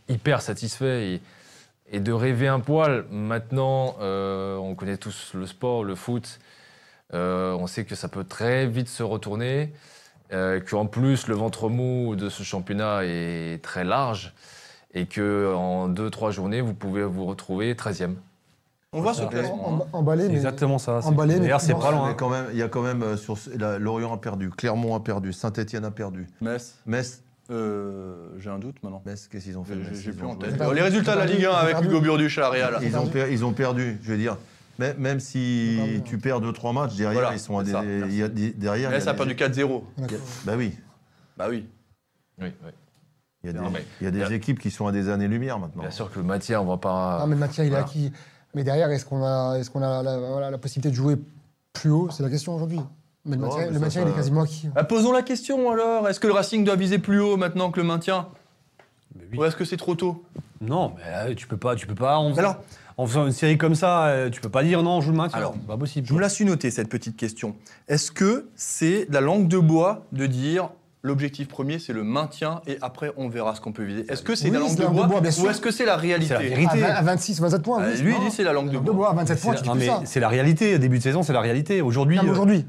D: hyper satisfait et, et de rêver un poil. Maintenant, euh, on connaît tous le sport, le foot. Euh, on sait que ça peut très vite se retourner. Euh, qu'en plus, le ventre mou de ce championnat est très large. Et que en deux, trois journées, vous pouvez vous retrouver 13e.
A: On voit ce
C: ça.
A: classement. hein.
B: Ah, En- Emballé,
C: C'est
B: mais.
C: exactement ça. c'est-
B: Emballé, mais
C: D'ailleurs, c'est
B: plus
C: pas
E: Mais
C: loin. hein.
E: quand même, il y a quand même euh, sur ce- la- Lorient a perdu, Clermont a perdu, Saint-Étienne a perdu,
A: Metz,
E: Metz,
A: euh, j'ai un doute maintenant.
E: Metz, qu'est-ce qu'ils ont fait
A: J'ai,
E: Metz,
A: j'ai
E: ils
A: plus
E: ont
A: en
E: joué.
A: tête. Les résultats de la Ligue 1 avec
B: Perdu.
A: Hugo Burduch à la Real.
E: Ils ont, per- ils ont perdu, je veux dire. Même, même si
B: Ils ont perdu,
E: tu perds 2-3 matchs, derrière,
A: hein. Voilà,
E: ils sont à
A: c'est
E: des,
A: ça,
E: il y a des- derrière. il y a
A: Metz a
E: des-
A: perdu 4-0.
E: il y a- Bah oui,
A: Bah oui.
D: Oui, oui.
E: il y a
A: Non,
E: des,
D: mais-
E: il y a des
D: il y a-
E: équipes qui sont à des années-lumière maintenant.
D: Bien sûr que le matière, on va pas.
B: Non, mais le maintien, il est
D: Ah. Voilà.
B: acquis. Mais derrière, est-ce qu'on a, est qu'on a la, voilà, la possibilité de jouer plus haut C'est la question aujourd'hui. Mais le
E: Non,
B: maintien,
E: mais
B: le
E: ça,
B: maintien,
E: ça-
B: il est quasiment acquis. Ah,
A: Bah, posons la question alors. Est-ce que le Racing doit viser plus haut maintenant que le maintien
C: Mais oui.
A: Ou est-ce que c'est trop tôt
C: Non, mais euh, tu peux pas, tu peux pas. En,
A: Alors-
C: en faisant une série comme ça, euh, tu peux pas dire non, on joue le maintien.
A: Alors,
C: c'est pas possible.
A: Je me la suis notée cette petite question. Est-ce que c'est la langue de bois de dire l'objectif premier c'est le maintien et après on verra ce qu'on peut viser Est-ce que c'est
B: Oui,
A: la langue
B: c'est
A: de
B: la langue de
A: bois,
B: bois, bien
A: ou
B: sûr.
A: est-ce que c'est la réalité
C: C'est la
B: À,
C: vérité.
B: vingt- à 26, 27 points.
A: Euh,
B: oui,
A: Lui
B: non.
A: il dit c'est la langue de
B: De
A: bois.
B: bois, à 27 points,
C: C'est
B: tu
C: la,
B: dis
C: non,
B: plus
C: mais
B: ça.
C: c'est la réalité. Début de saison, c'est la réalité. Aujourd'hui,
B: Non, mais
C: euh,
B: aujourd'hui.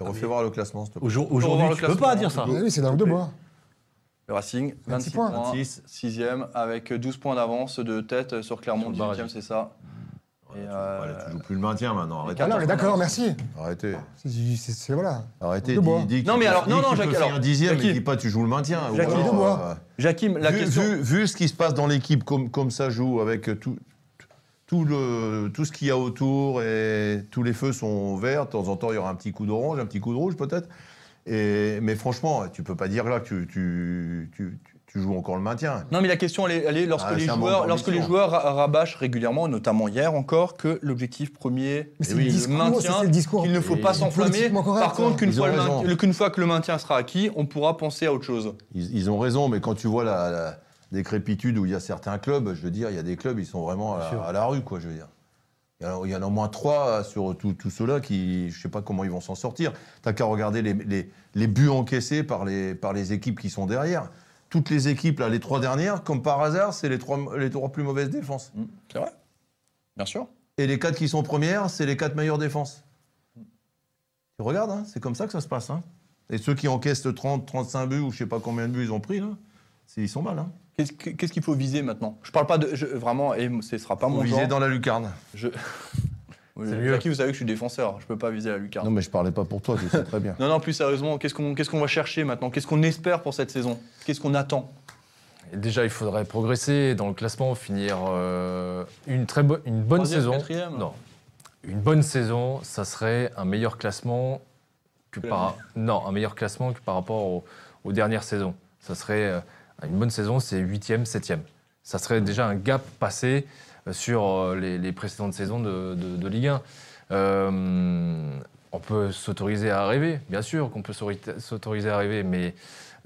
E: Refais voir le classement, s'il te plaît.
C: aujourd-
A: revoir le
C: aujourd'hui, tu peux
A: classement,
C: pas dire ça.
B: Bah Oui, c'est la langue de bois.
A: Le Racing 26
B: 26
A: points,
B: points.
A: 6
E: 26.
A: e avec 12 points d'avance de tête sur Clermont
D: Sur le
A: 18 e
D: barrage.
A: c'est ça. Et,
E: Bah, là,
A: euh,
E: tu joues plus le maintien maintenant. Arrêtez.
B: Ah non, mais d'accord, merci.
E: Arrêtez.
B: C'est- c'est- c'est- voilà.
E: Arrêtez.
B: De
E: dis-
B: bois.
E: dis
A: Non,
E: qu'il
A: mais
E: peut-
A: alors-
E: dis
A: non, non,
E: qu'il peut
A: Jacques,
E: faire
A: alors,
E: dixième, mais
A: Jacques.
E: dis pas tu joues le maintien. ou
A: Jacques,
E: alors,
B: de
E: euh,
B: bois.
A: Jakim, la
E: vu,
A: question.
E: vu- vu ce qui se passe dans l'équipe, comme, comme ça joue, avec tout, tout, le, tout ce qu'il y a autour, et tous les feux sont verts, de temps en temps, il y aura un petit coup d'orange, un petit coup de rouge peut-être. Et- Mais franchement, tu peux pas dire là que tu, tu, tu- tu- tu joues encore le maintien.
A: Non, mais la question, elle est, elle est lorsque,
E: Ah,
A: les,
E: c'est un manque
A: joueurs, lorsque les
E: d'ambition.
A: joueurs ra- rabâchent régulièrement, notamment hier encore, que l'objectif premier,
B: Mais c'est
A: est
B: le discours, ça, c'est le discours.
A: qu'il ne faut
E: Et-
A: pas s'enflammer.
B: Politiquement correct,
A: Par contre,
B: hein.
A: qu'une
E: Ils
A: fois,
E: ont
A: le maintien-
E: raison.
A: le- qu'une fois que le maintien sera acquis, on pourra penser à autre chose.
E: Ils, ils ont raison, mais quand tu vois la, la décrépitude où il y a certains clubs, je veux dire, il y a des clubs, ils sont vraiment à,
C: Bien sûr.
E: à la rue, quoi, je veux dire. Il y en a- il y en a au moins trois sur tout- tous ceux-là qui, je sais pas comment ils vont s'en sortir. T'as qu'à regarder les, les- les buts encaissés par les, par les équipes qui sont derrière. Toutes les équipes, là, les trois dernières, comme par hasard, c'est les trois, les trois plus mauvaises défenses.
A: C'est vrai Bien sûr.
E: Et les quatre qui sont premières, c'est les quatre meilleures défenses. Tu regardes, hein, c'est comme ça que ça se passe. hein. Et ceux qui encaissent 30, 35 buts ou je sais pas combien de buts ils ont pris, là, c'est- ils sont mal. Hein.
A: Qu'est-ce que- qu'est-ce qu'il faut viser maintenant Je parle pas de. je- vraiment, et ce sera pas
E: Vous
A: mon
E: visez
A: genre.
E: dans la lucarne.
A: Je... Oui, je-
D: C'est mieux.
A: Jackie, vous savez que je suis défenseur, je peux pas viser la lucarne.
E: Non, mais je parlais pas pour toi, tu sais très bien.
A: Non, non, plus sérieusement, qu'est-ce qu'on qu'est-ce qu'on va chercher maintenant Qu'est-ce qu'on espère pour cette saison Qu'est-ce qu'on attend
D: Et Déjà, il faudrait progresser dans le classement, finir euh, une, très bo- une bonne
A: Troisième,
D: saison.
A: quatrième
D: Non. Une bonne saison, ça serait un meilleur classement que
A: Que
D: par non, un meilleur classement que par rapport au- aux dernières saisons. Ça serait euh, une bonne saison, c'est 8e, 7e. Ça serait déjà un gap passé euh, sur euh, les, les précédentes saisons de, de- de Ligue 1. Euh, on peut s'autoriser à rêver, bien sûr qu'on peut s'ori- s'autoriser à rêver, mais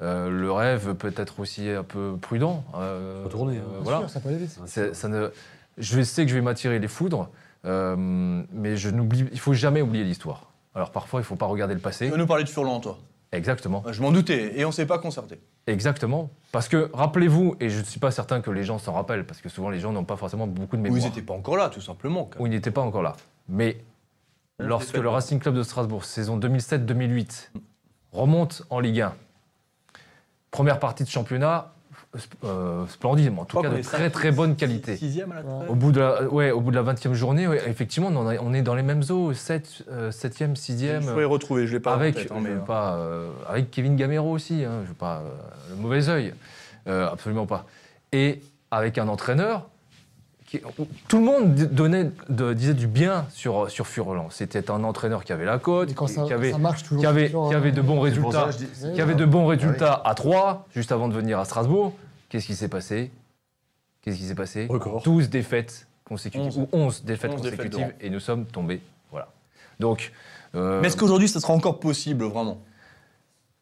D: euh, le rêve peut être aussi un peu prudent. euh,
C: Retourner, hein,
D: euh,
C: bien
D: voilà.
B: Sûr, ça peut aller vite.
D: C'est- ça ne- je sais que je vais m'attirer les foudres, euh, mais je n'oublie, il faut jamais oublier l'histoire. Alors parfois, il faut pas regarder le
A: Tu
D: passé.
A: veux nous parler de Furlan, toi
D: Exactement,
A: Je m'en doutais, et on s'est pas concerté.
D: exactement. Parce que rappelez-vous, et je ne suis pas certain que les gens s'en rappellent, parce que souvent les gens n'ont pas forcément beaucoup de
A: Vous
D: mémoire.
A: n'étiez pas encore là, tout simplement.
D: Ou ils n'étaient pas encore là. Mais
A: On
D: lorsque
A: les fait
D: le
A: pas.
D: Racing Club de Strasbourg, saison 2007-2008, remonte en Ligue 1, première partie de championnat sp- euh, splendide, mais en tout cas de très très bonne qualité.
A: Sixième à la
B: Ouais.
D: Au bout de la, ouais, au bout de la 20e journée, ouais, effectivement, on, en a- on est dans les mêmes eaux, 7, e 6e.
A: Je pourrais retrouver, je l'ai pas en
D: avec,
A: tête, hein,
D: je
A: mais,
D: veux
A: euh,
D: pas, euh, avec Kevin Gamero aussi, hein, je veux pas euh, le mauvais œil, euh, absolument pas. Et avec un entraîneur, qui, tout le monde d- donnait, de- disait du bien sur, sur Furlan. C'était un entraîneur qui avait la côte,
B: Et quand
D: qui,
B: ça,
D: qui avait,
B: ça marche toujours.
D: qui avait,
B: toujours,
D: qui
B: hein.
D: avait de bons
E: C'est pour ça
D: résultats
E: que je dis-
B: Ouais,
D: qui avait
A: hein.
D: de
A: Ah
D: bons résultats à 3 juste avant de venir à Strasbourg. Qu'est-ce qui s'est passé Qu'est-ce qui s'est passé
C: Record.
D: 12 défaites consécutives
A: Onze.
D: ou 11 défaites
A: 11 défaites
D: consécutives et nous sommes tombés. Voilà. Donc euh,
A: Mais est-ce qu'aujourd'hui, ça sera encore possible, vraiment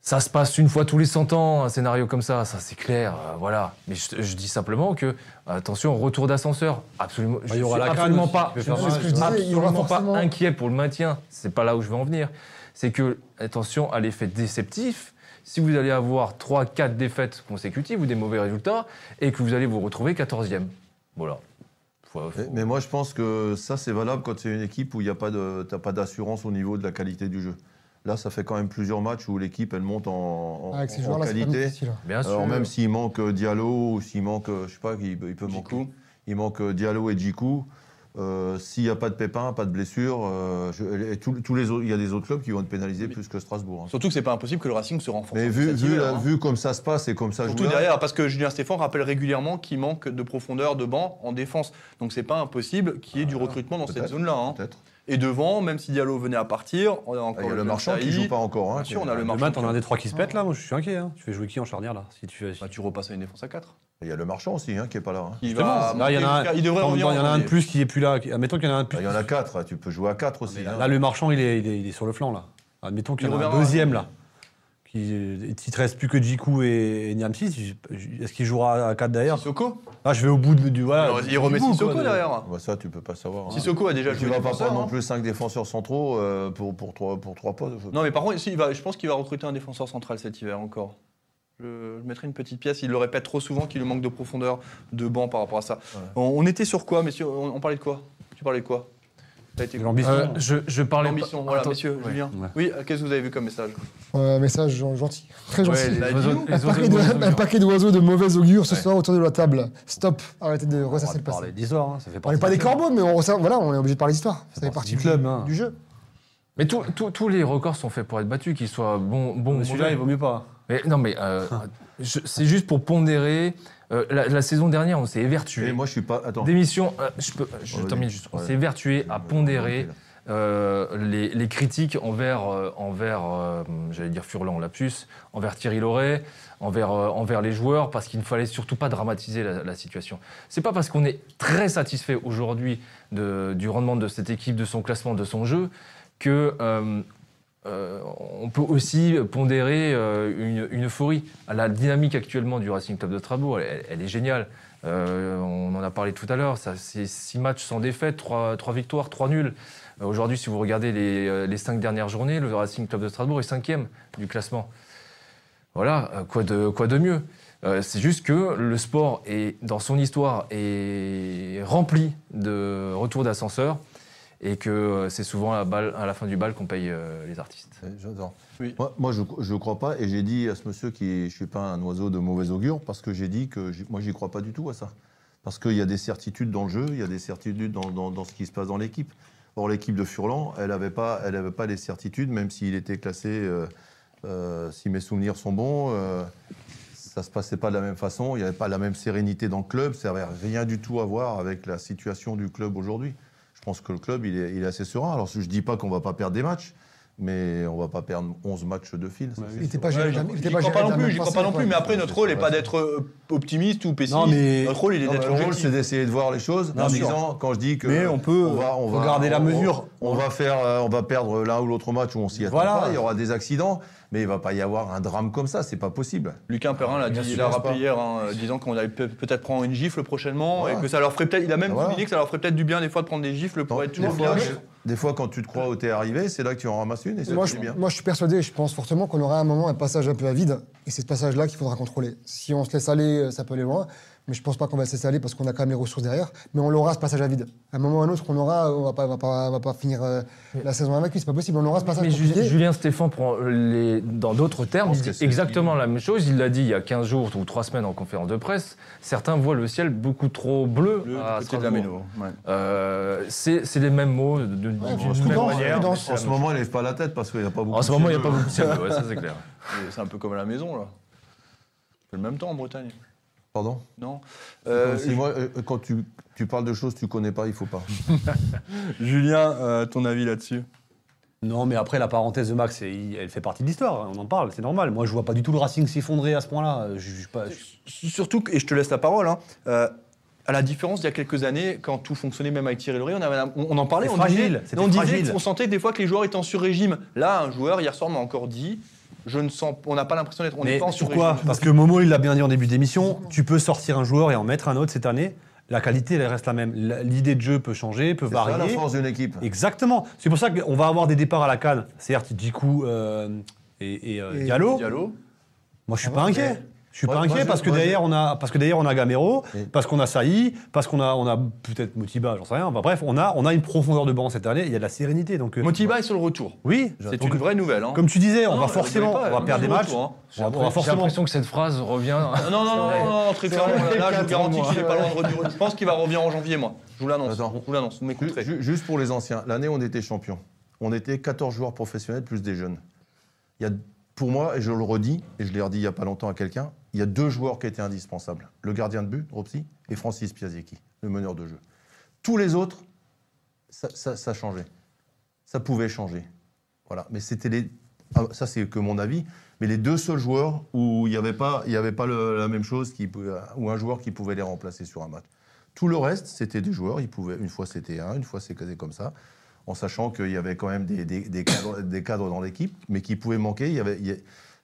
D: ça se passe une fois tous les 100 ans un scénario comme ça, ça c'est clair, euh, voilà. Mais je, je dis simplement que attention retour d'ascenseur, absolument je
C: il y aura
D: suis
C: la canne
D: absolument
C: aussi
D: pas
C: qui peut
D: je
C: faire
D: suis
C: mal.
B: C'est ce que je disais, il y aura
D: absolument pas
B: forcément-
D: inquiet pour le maintien, c'est pas là où je veux en venir. C'est que attention à l'effet déceptif. Si vous allez avoir 3 4 défaites consécutives ou des mauvais résultats et que vous allez vous retrouver 14e. Voilà. Faut- faut-
E: Mais- Eh, Mais moi, je pense que ça, c'est valable quand c'est une équipe où il n'y a pas de, t'as pas d'assurance au niveau de la qualité du jeu. Là, ça fait quand même plusieurs matchs où l'équipe, elle monte en, en-
B: Avec ces
E: en
B: joueurs-là, c'est pas
E: qualité.
B: difficile.
D: Bien sûr.
E: Alors même s'il manque euh, Diallo ou s'il manque, euh, je sais pas, il, il peut manquer.
A: Djikou.
E: Il manque euh, Diallo et Djikou. euh, s'il n'y a pas de pépins, pas de blessures, euh, je- et tous- tous les autres- il y a des autres clubs qui vont être pénalisés plus que Strasbourg. hein.
A: Surtout que c'est pas impossible que le Racing se renforce.
E: Mais vu,
A: cet
E: vu,
A: hiver,
E: la-
A: hein.
E: vu comme ça se passe et comme ça joue
A: Surtout
E: là,
A: derrière, parce que Julien Stéphane rappelle régulièrement qu'il manque de profondeur de banc en défense. Donc c'est pas impossible qu'il y ait du recrutement dans cette
E: peut-être,
A: zone-là. hein.
E: peut-être.
A: Et devant, même si Diallo venait à partir, on a
E: Ah,
A: encore
E: Il y a le
A: Jacques
E: marchand qui
A: Saïd.
E: joue pas encore. hein,
A: Bien
E: qui-
A: sûr, on a le
C: Demain,
A: marchand.
C: t'en as un des trois qui se pète là, moi je suis inquiet. Hein. Tu fais jouer qui en charnière là si tu,
A: Bah, tu repasses à une défense à 4.
E: Il y a le marchand aussi hein, qui est pas là. hein.
A: Il,
C: Là,
A: monter
C: il y en a un,
A: jusqu'à- il devrait
C: en même
A: revenir. Bah,
C: temps, il y en a
A: en
C: un de
A: janvier.
C: plus qui est plus là. Admettons qu'il y en a un de plus.
E: Ah, Il y en a quatre, hein, tu peux jouer à quatre
C: Ah, mais
E: aussi.
C: là,
E: hein.
C: là, le marchand, il est, il est- il est sur le flanc là. Admettons qu'il y
A: Il
C: en a un
A: reviendra.
C: deuxième là. Qui, il te reste plus que Jiku et, et Niamsi. tu- Est-ce qu'il jouera à 4 derrière
A: Sissoko
C: Là, je vais au bout de- du. Voilà,
A: Alors,
C: du
A: Il remet
C: bout,
A: Sissoko
C: quoi, de-
A: derrière.
E: Bah, ça, tu peux pas savoir. hein.
A: Sissoko a déjà
E: Tu
A: joué
E: vas pas
A: défenseur,
E: prendre non
A: hein.
E: plus cinq défenseurs centraux euh, pour, pour, trois, pour trois postes.
A: Non, mais par contre, si, il va- je pense qu'il va recruter un défenseur central cet hiver encore. Je, je mettrai une petite pièce. Il le répète trop souvent qu'il lui manque de profondeur de banc par rapport à ça.
E: Ouais.
A: On, on était sur quoi, messieurs on, on parlait de quoi Tu parlais de quoi T'as été
C: De l'ambition.
D: Euh, je, je parlais pas-
A: L'ambition, voilà,
D: Attends,
A: messieurs,
D: ouais.
A: Julien.
C: Ouais.
A: Oui, euh, qu'est-ce que vous avez vu comme message
B: Euh, message gen- gentil, très gentil.
D: Ouais, les
A: Bah,
D: oiseaux,
A: dis-nous.
B: un,
D: les oiseaux
B: paquet
D: de
B: de, un
D: Montezemur.
B: paquet d'oiseaux de mauvais augure ce
D: Ouais.
B: soir autour de la table. Stop, arrêtez de
C: On va
B: ressasser le passé.
C: parler d'histoire, hein, ça fait
B: On n'est
C: partie.
B: pas des corbeaux, mais on, ressort- voilà, on est obligé de parler d'histoire.
C: Ça
B: Ça fait
C: part
B: partie
C: du
B: du,
C: club, hein.
B: du jeu.
D: Mais tous- tous- tous les records sont faits pour être battus, qu'ils soient bons. bons
C: Mais
D: ou
C: Celui-là,
D: mauvais.
C: il vaut mieux pas.
D: Mais non, mais euh, je- c'est juste pour pondérer. Euh, la, la saison dernière, on s'est évertué.
E: Et moi, je suis pas. Attends.
D: D'émission, euh, je, peux, je
E: Ouais,
D: termine
E: vas-y.
D: juste. On
E: Ouais.
D: s'est évertué à
E: Ah,
D: pondérer euh, les, les critiques envers, euh, envers euh, j'allais dire Furlan, lapsus, envers Thierry Loret, envers, euh, envers les joueurs, parce qu'il ne fallait surtout pas dramatiser la, la situation. C'est pas parce qu'on est très satisfait aujourd'hui de- du rendement de cette équipe, de son classement, de son jeu, que euh, euh, on peut aussi pondérer euh, une, une euphorie. La dynamique actuellement du Racing Club de Strasbourg, elle, elle est géniale. Euh, on en a parlé tout à l'heure, ça, c'est six matchs sans défaite, trois trois victoires, trois nuls. Euh, Aujourd'hui, si vous regardez les, euh, les cinq dernières journées, le Racing Club de Strasbourg est cinquième du classement. Voilà, euh, quoi de, quoi de mieux Euh, C'est juste que le sport, est, dans son histoire, est rempli de retours d'ascenseurs et que euh, c'est souvent à la, balle, à la fin du bal qu'on paye euh, les artistes.
E: Ouais, J'adore.
A: Oui.
E: Moi, moi, je ne crois pas, et j'ai dit à ce monsieur que je suis pas un oiseau de mauvais augure, parce que j'ai dit que j'ai- moi, j'y crois pas du tout à ça. Parce qu'il y a des certitudes dans le jeu, il y a des certitudes dans, dans- dans ce qui se passe dans l'équipe. Or, l'équipe de Furlan, elle n'avait pas, elle avait pas les certitudes, même s'il était classé, euh, euh, si mes souvenirs sont bons, euh, ça se passait pas de la même façon, il n'y avait pas la même sérénité dans le club, ça n'avait rien du tout à voir avec la situation du club aujourd'hui. Je pense que le club, il est, il est assez serein. Alors, je ne dis pas qu'on va pas perdre des matchs, mais on va pas perdre 11 matchs de fil. ça,
C: Ouais,
E: c'est
C: oui.
B: Il
E: sûr.
B: n'était pas
A: Ouais,
B: géré. de
A: J'y
B: la- il était
A: j'y
B: pas
A: crois
B: géré
A: pas
B: de
A: non
B: la
A: plus,
B: même
A: j'y crois
B: façon,
A: pas non
B: quoi.
A: plus. Mais après, notre rôle n'est pas
E: Ouais.
A: d'être euh, optimiste ou pessimiste.
C: Non, mais-
A: Notre rôle, il est
E: Non,
A: d'être
E: bah, le rôle,
A: objectif.
E: c'est d'essayer de voir les choses
C: Non,
E: en
C: bien
E: disant, quand je dis que.
C: Mais on peut regarder la
E: on-
C: mesure.
E: On, va faire, euh, on va perdre l'un ou l'autre match où on s'y attend
C: Voilà.
E: pas, il y aura des accidents, mais il va pas y avoir un drame comme ça, c'est pas possible.
A: Lucas Perrin l'a
E: Bien
A: dit, il
E: sûr,
A: l'a
E: n'est-ce pas
A: rappelé hier, hein, euh, disant qu'on allait peut- peut-être prendre une gifle prochainement
E: Voilà.
A: et que ça leur ferait peut-être. Il a même
E: Voilà.
A: souligné que ça leur ferait peut-être du bien des fois de prendre des gifles pour
E: Non,
A: être
E: des,
A: toujours
E: fois,
A: fiers.
E: des fois, quand tu te crois où t'es arrivé, c'est là que tu en ramasses une et ça
B: Moi
E: te
B: je,
E: fait bien.
B: moi, je suis persuadé, je pense fortement qu'on aura un moment, un passage un peu à vide, et c'est ce passage-là qu'il faudra contrôler. Si on se laisse aller, euh, ça peut aller loin, mais je pense pas qu'on va se laisser aller parce qu'on a quand même les ressources derrière, mais on l'aura ce passage à vide. À un moment ou à un autre, on l'aura, on va pas, on va pas, on va pas finir euh, la saison invaincu, c'est pas possible, on aura ce passage
D: Mais Ju-
B: compliqué.
D: Julien Stéphane prend euh, les, dans d'autres termes
E: pense
D: il
E: que
D: dit
E: c'est-
D: exactement la même chose. Il l'a dit il y a 15 jours ou 3 semaines en conférence de presse. Certains voient le ciel beaucoup trop bleu,
A: Le
C: Ah,
D: à
A: côté de la
D: Strasbourg.
A: méno. ouais.
D: Euh, c'est c'est les mêmes mots de- de-
B: Ouais,
D: d'une
B: prudence,
D: même
B: prudence,
D: manière.
B: prudence.
E: En ce moment, il lève pas la tête parce qu'il n'y a pas beaucoup
D: En ce
E: de
D: moment, il n'y a
E: ciel
D: pas
E: bleu.
D: beaucoup de ciel bleu, ouais, ça c'est clair.
A: Et C'est un peu comme à la maison, là. C'est le même temps en Bretagne,
E: Pardon
A: non Euh,
E: Si moi, euh, quand tu, tu parles de choses que tu connais pas, il faut pas.
A: Julien, euh, ton avis là-dessus
C: Non, mais après, la parenthèse de Max, elle elle fait partie de l'histoire, on en parle, c'est normal. Moi, je vois pas du tout le Racing s'effondrer à ce point-là. Je- Je, je- pas- je-
A: Surtout, que- et je te laisse la parole, hein, euh, à la différence d'il y a quelques années, quand tout fonctionnait même avec Thierry Loret, on, avait la- on- on en parlait, on,
C: C'était fragile,
A: disait,
C: c'était
A: on, disait
C: fragile.
A: que- on sentait que des fois que les joueurs étaient en sur-régime. Là, un joueur, hier soir, m'a encore dit, je ne sens, on n'a pas l'impression d'être, on n'est
C: Mais
A: pas en
C: pourquoi
A: sur-régime.
C: Parce que Momo, il l'a bien dit en début d'émission, tu peux sortir un joueur et en mettre un autre cette année, la qualité, elle reste la même. La- L'idée de jeu peut changer, peut
E: C'est ça, la
C: varier.
E: force d'une équipe.
C: Exactement. C'est pour ça qu'on va avoir des départs à la canne. Certes, Djikou euh, et, et, euh,
B: Et
C: Diallo.
A: Diallo,
C: Moi, je suis
B: Ah
C: pas
B: ouais,
C: inquiet.
B: mais-
C: Je suis
E: Moi-
C: pas
E: moi,
C: inquiet
E: je-
C: parce que
E: moi, je-
C: derrière on a parce que derrière on a Gamero,
E: Et-
C: parce qu'on a Saï, parce qu'on a on a peut-être Motiba, j'en sais rien. Enfin, bref, on a on a une profondeur de banc cette année. Il y a de la sérénité donc. euh,
A: Motiba est sur le retour.
C: Oui.
A: C'est
C: Donc,
A: une vraie nouvelle. hein.
C: Comme tu disais, on
A: Non,
C: va
A: je
C: forcément
A: rigole pas,
C: on va
A: elle
C: perdre
A: est sur
C: des
A: le
C: matchs.
A: retour, hein.
C: On va- on va
D: J'ai
C: forcément.
D: l'impression que cette phrase revient.
A: Non, non, non, non, non, très clairement,
B: vrai.
A: là, je vous
B: Quatre
A: garantis
B: mois.
A: qu'il n'est pas loin de revenir. Je pense qu'il va revenir en janvier, moi. Je vous l'annonce.
E: Attends.
A: Je vous l'annonce, vous
E: Ju-
A: m'écouterez.
E: ju- Juste pour les anciens, l'année on était champion. On était 14 joueurs professionnels plus des jeunes. Il y a, pour moi, et je le redis, et je l'ai redit il n'y a pas longtemps à quelqu'un, il y a deux joueurs qui étaient indispensables. Le gardien de but, Ropsy, et Francis Piazecki, le meneur de jeu. Tous les autres, ça, ça- ça changeait. Ça pouvait changer. Voilà. Mais c'était les... ah, ça, c'est que mon avis. Mais les deux seuls joueurs où il n'y avait pas, il y avait pas le- la même chose, qui, pouvait- ou un joueur qui pouvait les remplacer sur un match. Tout le reste, c'était des joueurs. Ils pouvaient, une fois c'était un, une fois c'était comme ça, en sachant qu'il y avait quand même des, des- des cadres, des cadres dans l'équipe, mais qui pouvaient manquer. Il y avait, il y a-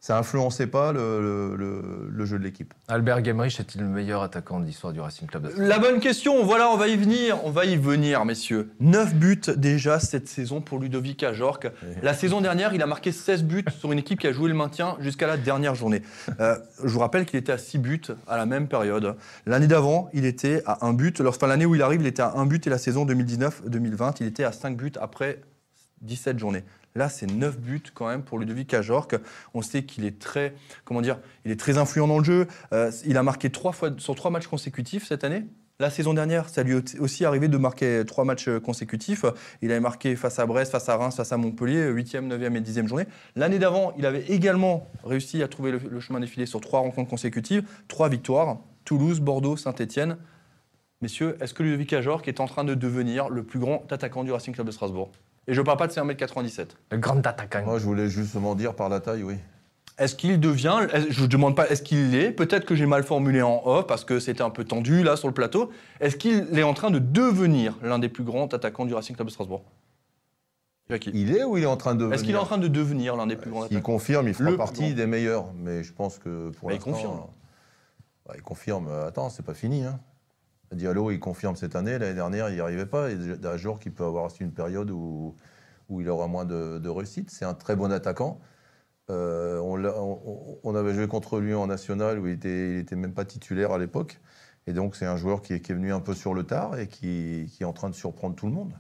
E: ça influençait pas le, le- le- le jeu de l'équipe.
D: Albert Gamerich est-il le meilleur attaquant de l'histoire du Racing Club de
A: La bonne question, voilà, on va y venir, on va y venir, messieurs. 9 buts déjà cette saison pour Ludovic Ajorc. La saison dernière, il a marqué 16 buts sur une équipe qui a joué le maintien jusqu'à la dernière journée. Euh, je vous rappelle qu'il était à 6 buts à la même période. L'année d'avant, il était à 1 but. Lorsque- Enfin, l'année où il arrive, il était à 1 but et la saison 2019-2020, il était à 5 buts après 17 journées. Là, c'est 9 buts quand même pour Ludovic Ajorc. On sait qu'il est très, comment dire, il est très influent dans le jeu. Euh, il a marqué trois fois sur trois matchs consécutifs cette année. La saison dernière, ça lui est aussi arrivé de marquer trois matchs consécutifs. Il avait marqué face à Brest, face à Reims, face à Montpellier, 8e, 9e et 10e journée. L'année d'avant, il avait également réussi à trouver le, le chemin défilé sur trois rencontres consécutives, trois victoires, Toulouse, Bordeaux, Saint-Etienne. Messieurs, est-ce que Ludovic Ajorc est en train de devenir le plus grand attaquant du Racing Club de Strasbourg Et je ne parle pas de ses 1m97.
D: Le grand attaquant.
E: Moi, je voulais justement dire par la taille, oui.
A: Est-ce qu'il devient, est-ce- je ne demande pas est-ce qu'il l'est, peut-être que j'ai mal formulé en off parce que c'était un peu tendu là sur le plateau, est-ce qu'il est en train de devenir l'un des plus grands attaquants du Racing Club de Strasbourg Jackie.
E: Il est ou il est en train de
A: Est-ce qu'il est
E: devenir
A: en train de devenir l'un des plus grands
E: Il
A: attaquants
E: confirme, il fera
A: Le plus
E: partie
A: grand.
E: des meilleurs, mais je pense que pour
A: Bah, il
E: l'instant.
A: confirme.
E: bah, il confirme. euh, Attends, c'est pas fini. Hein. Diallo, il confirme cette année. L'année dernière, il n'y arrivait pas. Il y a un jour qui peut avoir aussi une période où, où il aura moins de, de réussite. C'est un très bon attaquant. Euh, on, l'a- on- on avait joué contre lui en national où il était, il était même pas titulaire à l'époque. Et donc, c'est un joueur qui est, qui est venu un peu sur le tard et qui, qui est en train de surprendre tout le monde.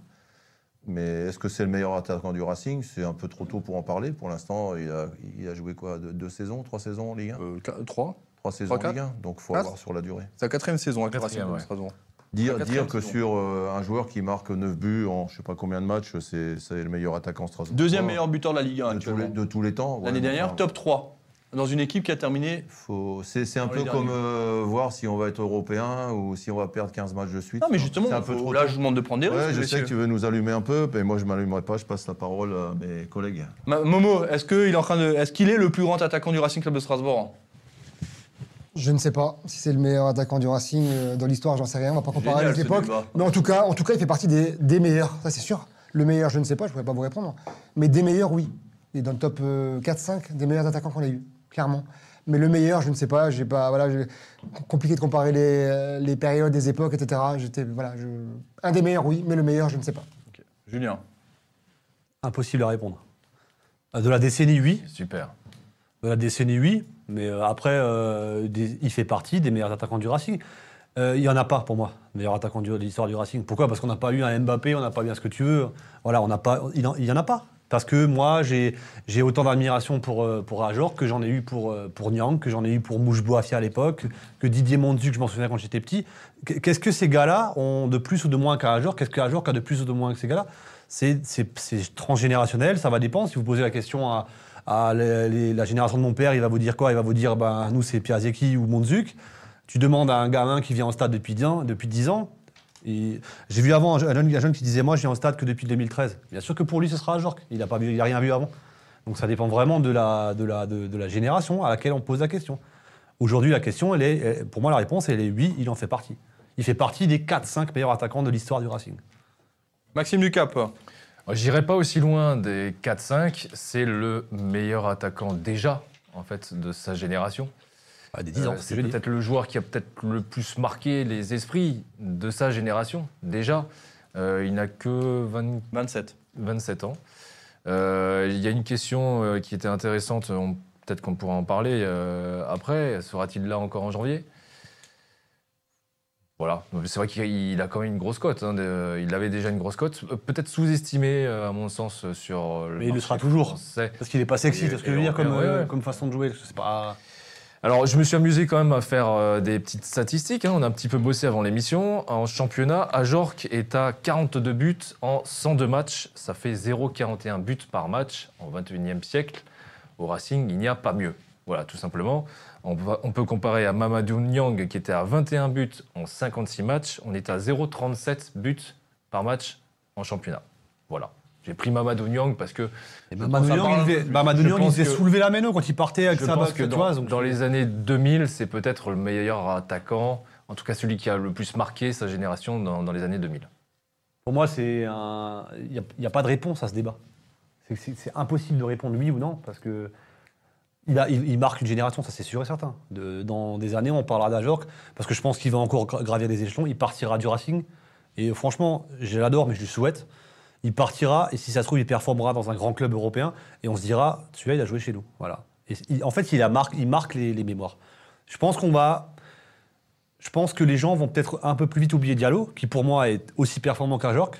E: Mais est-ce que c'est le meilleur attaquant du Racing C'est un peu trop tôt pour en parler. Pour l'instant, il a, il a joué quoi deux, deux saisons Trois saisons en Ligue 1
A: Euh, cla- Trois
E: Trois saisons en
A: quatre
E: Ligue 1. Donc, il faut
A: Quatre
E: avoir sur la durée.
A: C'est la quatrième saison avec le Racing Club
D: Quatrième,
A: de
D: ouais.
A: Strasbourg.
E: Dire,
A: La quatrième
E: dire que
A: saison.
E: sur euh, un joueur qui marque 9 buts en je sais pas combien de matchs, c'est c'est le meilleur attaquant Strasbourg.
A: Deuxième meilleur buteur de la Ligue 1
E: de tous, les,
A: actuellement.
E: de tous les temps. ouais,
A: L'année dernière,
E: enfin,
A: top 3 dans une équipe qui a terminé.
E: faut- C'est c'est un
A: Dans
E: peu
A: les
E: comme
A: derniers.
E: euh, voir si on va être européen ou si on va perdre 15 matchs de suite.
A: Non mais
E: C'est
A: justement,
E: un peu
A: faut-
E: trop
A: là
E: tôt.
A: je vous demande de prendre des
E: Ouais,
A: risques.
E: je sais
A: messieurs.
E: que tu veux nous allumer un peu, mais moi je m'allumerai pas, je passe la parole à mes collègues.
A: Ma- Momo, est-ce qu'il est en train de, est-ce qu'il est le plus grand attaquant du Racing Club de Strasbourg
B: Je ne sais pas si c'est le meilleur attaquant du Racing euh, dans l'histoire, j'en sais rien, on va pas comparer
A: Génial,
B: avec
A: ce
B: l'époque.
A: débat.
B: Mais en tout, cas, en tout cas, il fait partie des, des meilleurs, ça c'est sûr. Le meilleur, je ne sais pas, je ne pourrais pas vous répondre. Mais des meilleurs, oui. Il est dans le top euh, 4-5 des meilleurs attaquants qu'on ait eu, clairement. Mais le meilleur, je ne sais pas, j'ai pas. Voilà, j'ai- compliqué de comparer les, euh, les périodes, les époques, etc. J'étais, voilà, je- un des meilleurs, oui, mais le meilleur, je ne sais pas.
A: Ok. Julien.
C: Impossible à répondre. Euh, De la décennie, oui.
D: Super.
C: De la décennie, oui. Mais euh, après, euh, des- il fait partie des meilleurs attaquants du Racing. Euh, il n'y en a pas pour moi, meilleur attaquant du- de l'histoire du Racing. Pourquoi Parce qu'on n'a pas eu un Mbappé, on n'a pas eu un ce que tu veux. Voilà, on n'a pas, il n'y en a pas. Parce que moi, j'ai j'ai autant d'admiration pour, euh, pour Ajor que j'en ai eu pour, euh, pour Niang, que j'en ai eu pour Mouchboafia à l'époque, que Didier Mondu, que je m'en souviens quand j'étais petit. Qu- Qu'est-ce que ces gars-là ont de plus ou de moins qu'un Ajor Qu'est-ce qu'Ajor a de plus ou de moins que ces gars-là C'est- C'est c'est transgénérationnel, ça va dépendre. Si vous posez la question à, à les- les- la génération de mon père, il va vous dire quoi Il va vous dire, ben, nous, c'est Piazeki ou Mondzuk. Tu demandes à un gamin qui vient au stade depuis 10 ans, depuis 10 ans il- j'ai vu avant un jeune, un jeune qui disait, moi, je viens au stade que depuis 2013. Bien sûr que pour lui, ce sera à Jork. Il n'a pas vu- il a rien vu avant. Donc ça dépend vraiment de la, de la, de- de la génération à laquelle on pose la question. Aujourd'hui, la question, elle est, elle- pour moi, la réponse, elle est oui, il en fait partie. Il fait partie des 4-5 meilleurs attaquants de l'histoire du Racing.
A: Maxime Ducap.
D: J'irai pas aussi loin des 4-5. C'est le meilleur attaquant déjà, en fait, de sa génération.
C: des
D: Euh, c'est peut-être le joueur qui a peut-être le plus marqué les esprits de sa génération, déjà. Euh, il n'a que 20
A: 27.
D: 27 ans. Euh, Il y a une question euh, qui était intéressante, on- peut-être qu'on pourra en parler euh, après. Sera-t-il là encore en janvier Voilà, c'est vrai qu'il il a quand même une grosse cote. hein, de- il avait déjà une grosse cote, Euh, peut-être sous-estimée euh, à mon sens euh, sur le.
C: Mais il le
D: marché
C: sera toujours.
D: français.
C: Parce qu'il n'est pas sexy,
D: Et-
C: c'est ce que
D: et
C: je veux dire
D: Robert,
C: comme, euh,
D: ouais, ouais.
C: comme façon de jouer. C'est pas...
D: Alors, je me suis amusé quand même à faire euh, des petites statistiques. hein. On a un petit peu bossé avant l'émission. En championnat, Ajorc est à 42 buts en 102 matchs. Ça fait 0,41 buts par match en 21e siècle. Au Racing, il n'y a pas mieux. Voilà, tout simplement. On, va- on peut comparer à Mamadou Niang qui était à 21 buts en 56 matchs. On est à 0,37 buts par match en championnat. Voilà. J'ai pris Mamadou Niang parce que
C: Et
D: Je
C: Mamadou
D: pense
C: Niang,
D: à
C: il
D: Barnes.
C: devait- Mamadou
D: Je
C: Niang, il
D: pense
C: faisait
D: que-
C: soulever la méno quand il partait avec
D: je
C: sa
D: pense
C: basse
D: que dans,
C: donc
D: dans
C: je-
D: les années 2000, c'est peut-être le meilleur attaquant, en tout cas celui qui a le plus marqué sa génération dans, dans les années 2000.
C: Pour moi, c'est un. Il n'y a, pas de réponse à ce débat. C'est- C'est c'est impossible de répondre oui ou non parce que il, a- il- il marque une génération, ça c'est sûr et certain. De- dans des années, on parlera d'Ajorc, parce que je pense qu'il va encore gra- gravir des échelons, il partira du Racing. Et franchement, je l'adore, mais je le souhaite. Il partira, et si ça se trouve, il performera dans un grand club européen, et on se dira, celui-là, il a joué chez nous. Voilà. Et c- il- en fait, il, a marque, il marque les, les mémoires. Je pense qu'on va. Je pense que les gens vont peut-être un peu plus vite oublier Diallo, qui pour moi est aussi performant qu'Ajorc,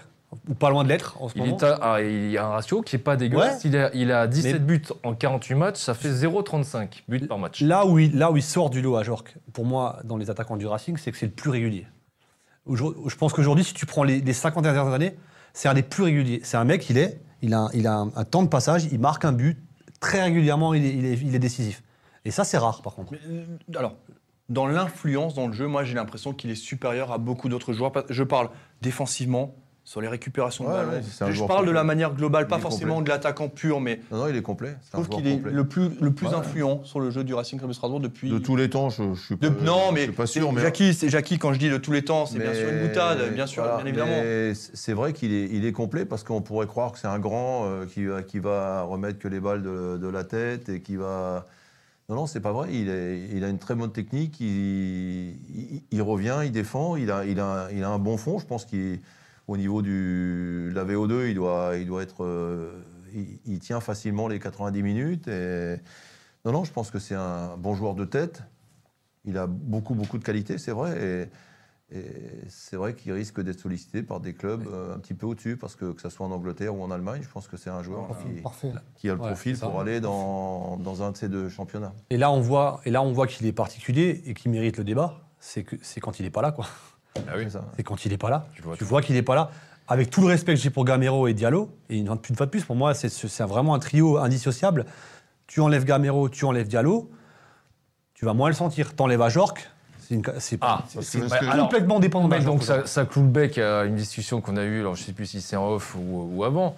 C: ou pas loin de l'être en ce
D: Il,
C: moment.
D: est à- ah, il y a un ratio qui est pas dégueulasse. Il, a, il a 17
C: Mais-
D: buts en 48 matchs, ça fait 0,35 buts par match.
C: Là où, il, là où il sort du lot à Jork, pour moi, dans les attaquants du Racing, c'est que c'est le plus régulier. Aujourd'hui- Je pense qu'aujourd'hui, si tu prends les, les 50 dernières années, c'est un des plus réguliers. C'est un mec, il, est, il a, un- il a un, un temps de passage, il marque un but, très régulièrement, il est, il est- il est décisif. Et ça, c'est rare, par contre.
A: Mais, euh, alors, dans l'influence dans le jeu, moi j'ai l'impression qu'il est supérieur à beaucoup d'autres joueurs. Parce- Je parle défensivement, sur les récupérations
E: Ouais,
A: de ballon.
E: ouais, c'est un
A: je
E: joueur
A: parle de la
E: complet.
A: manière globale, pas
E: Il est
A: forcément
E: complet.
A: de l'attaquant pur, mais
E: Non, non, il est complet.
A: je
E: C'est un
A: trouve
E: joueur
A: qu'il est
E: complet.
A: le plus, le plus
E: Ouais.
A: influent sur le jeu du Racing Club de Strasbourg depuis.
E: De tous les temps, je, je suis
A: de-
E: pas,
A: non, mais,
E: je suis pas sûr.
A: c'est-
E: Mais
A: Jackie, c'est Jackie, quand je dis de tous les temps, c'est bien
E: Mais-
A: sûr une boutade, bien sûr,
E: voilà,
A: bien évidemment.
E: mais c'est c'est vrai qu'il est, il est complet parce qu'on pourrait croire que c'est un grand euh, qui, va- qui va remettre que les balles de, de la tête et qui va. Non, non, c'est pas vrai. Il, est- il a une très bonne technique. Il, il- il revient, il défend. Il a, il a- il a un bon fond. Je pense qu'au niveau du, de la VO2, il doit, il doit être. euh, il, il tient facilement les 90 minutes. Et... Non, non, je pense que c'est un bon joueur de tête. Il a beaucoup, beaucoup de qualités, c'est vrai. Et, et c'est vrai qu'il risque d'être sollicité par des clubs euh, un petit peu au-dessus, parce que que ce soit en Angleterre ou en Allemagne, je pense que c'est un joueur qui,
B: Parfait.
E: qui a le
C: Ouais,
E: profil
C: c'est ça.
E: pour aller dans, dans un de ces deux championnats.
C: Et là, on voit, et là, on voit qu'il est particulier et qu'il mérite le débat. C'est que- c'est quand il n'est pas là, quoi.
D: Ah oui,
E: C'est ça.
C: C'est quand il n'est pas là.
D: tu vois.
C: Tu vois qu'il n'est pas là. Avec tout le respect que j'ai pour Gamero et Diallo, et une, une fois de plus, pour moi, c'est c'est vraiment un trio indissociable. Tu enlèves Gamero, tu enlèves Diallo, tu vas moins le sentir. T'enlèves à Jork, c'est une ca- c'est
D: Ah,
C: c'est-
E: parce
C: c'est
E: que-
C: pas-
E: parce que-
C: alors, complètement dépendant
D: Mais
C: d'Ajorc
D: donc ça,
C: aujourd'hui.
D: hein, ça cloue le bec à une discussion qu'on a eue, alors je ne sais plus si c'est en off ou, ou avant.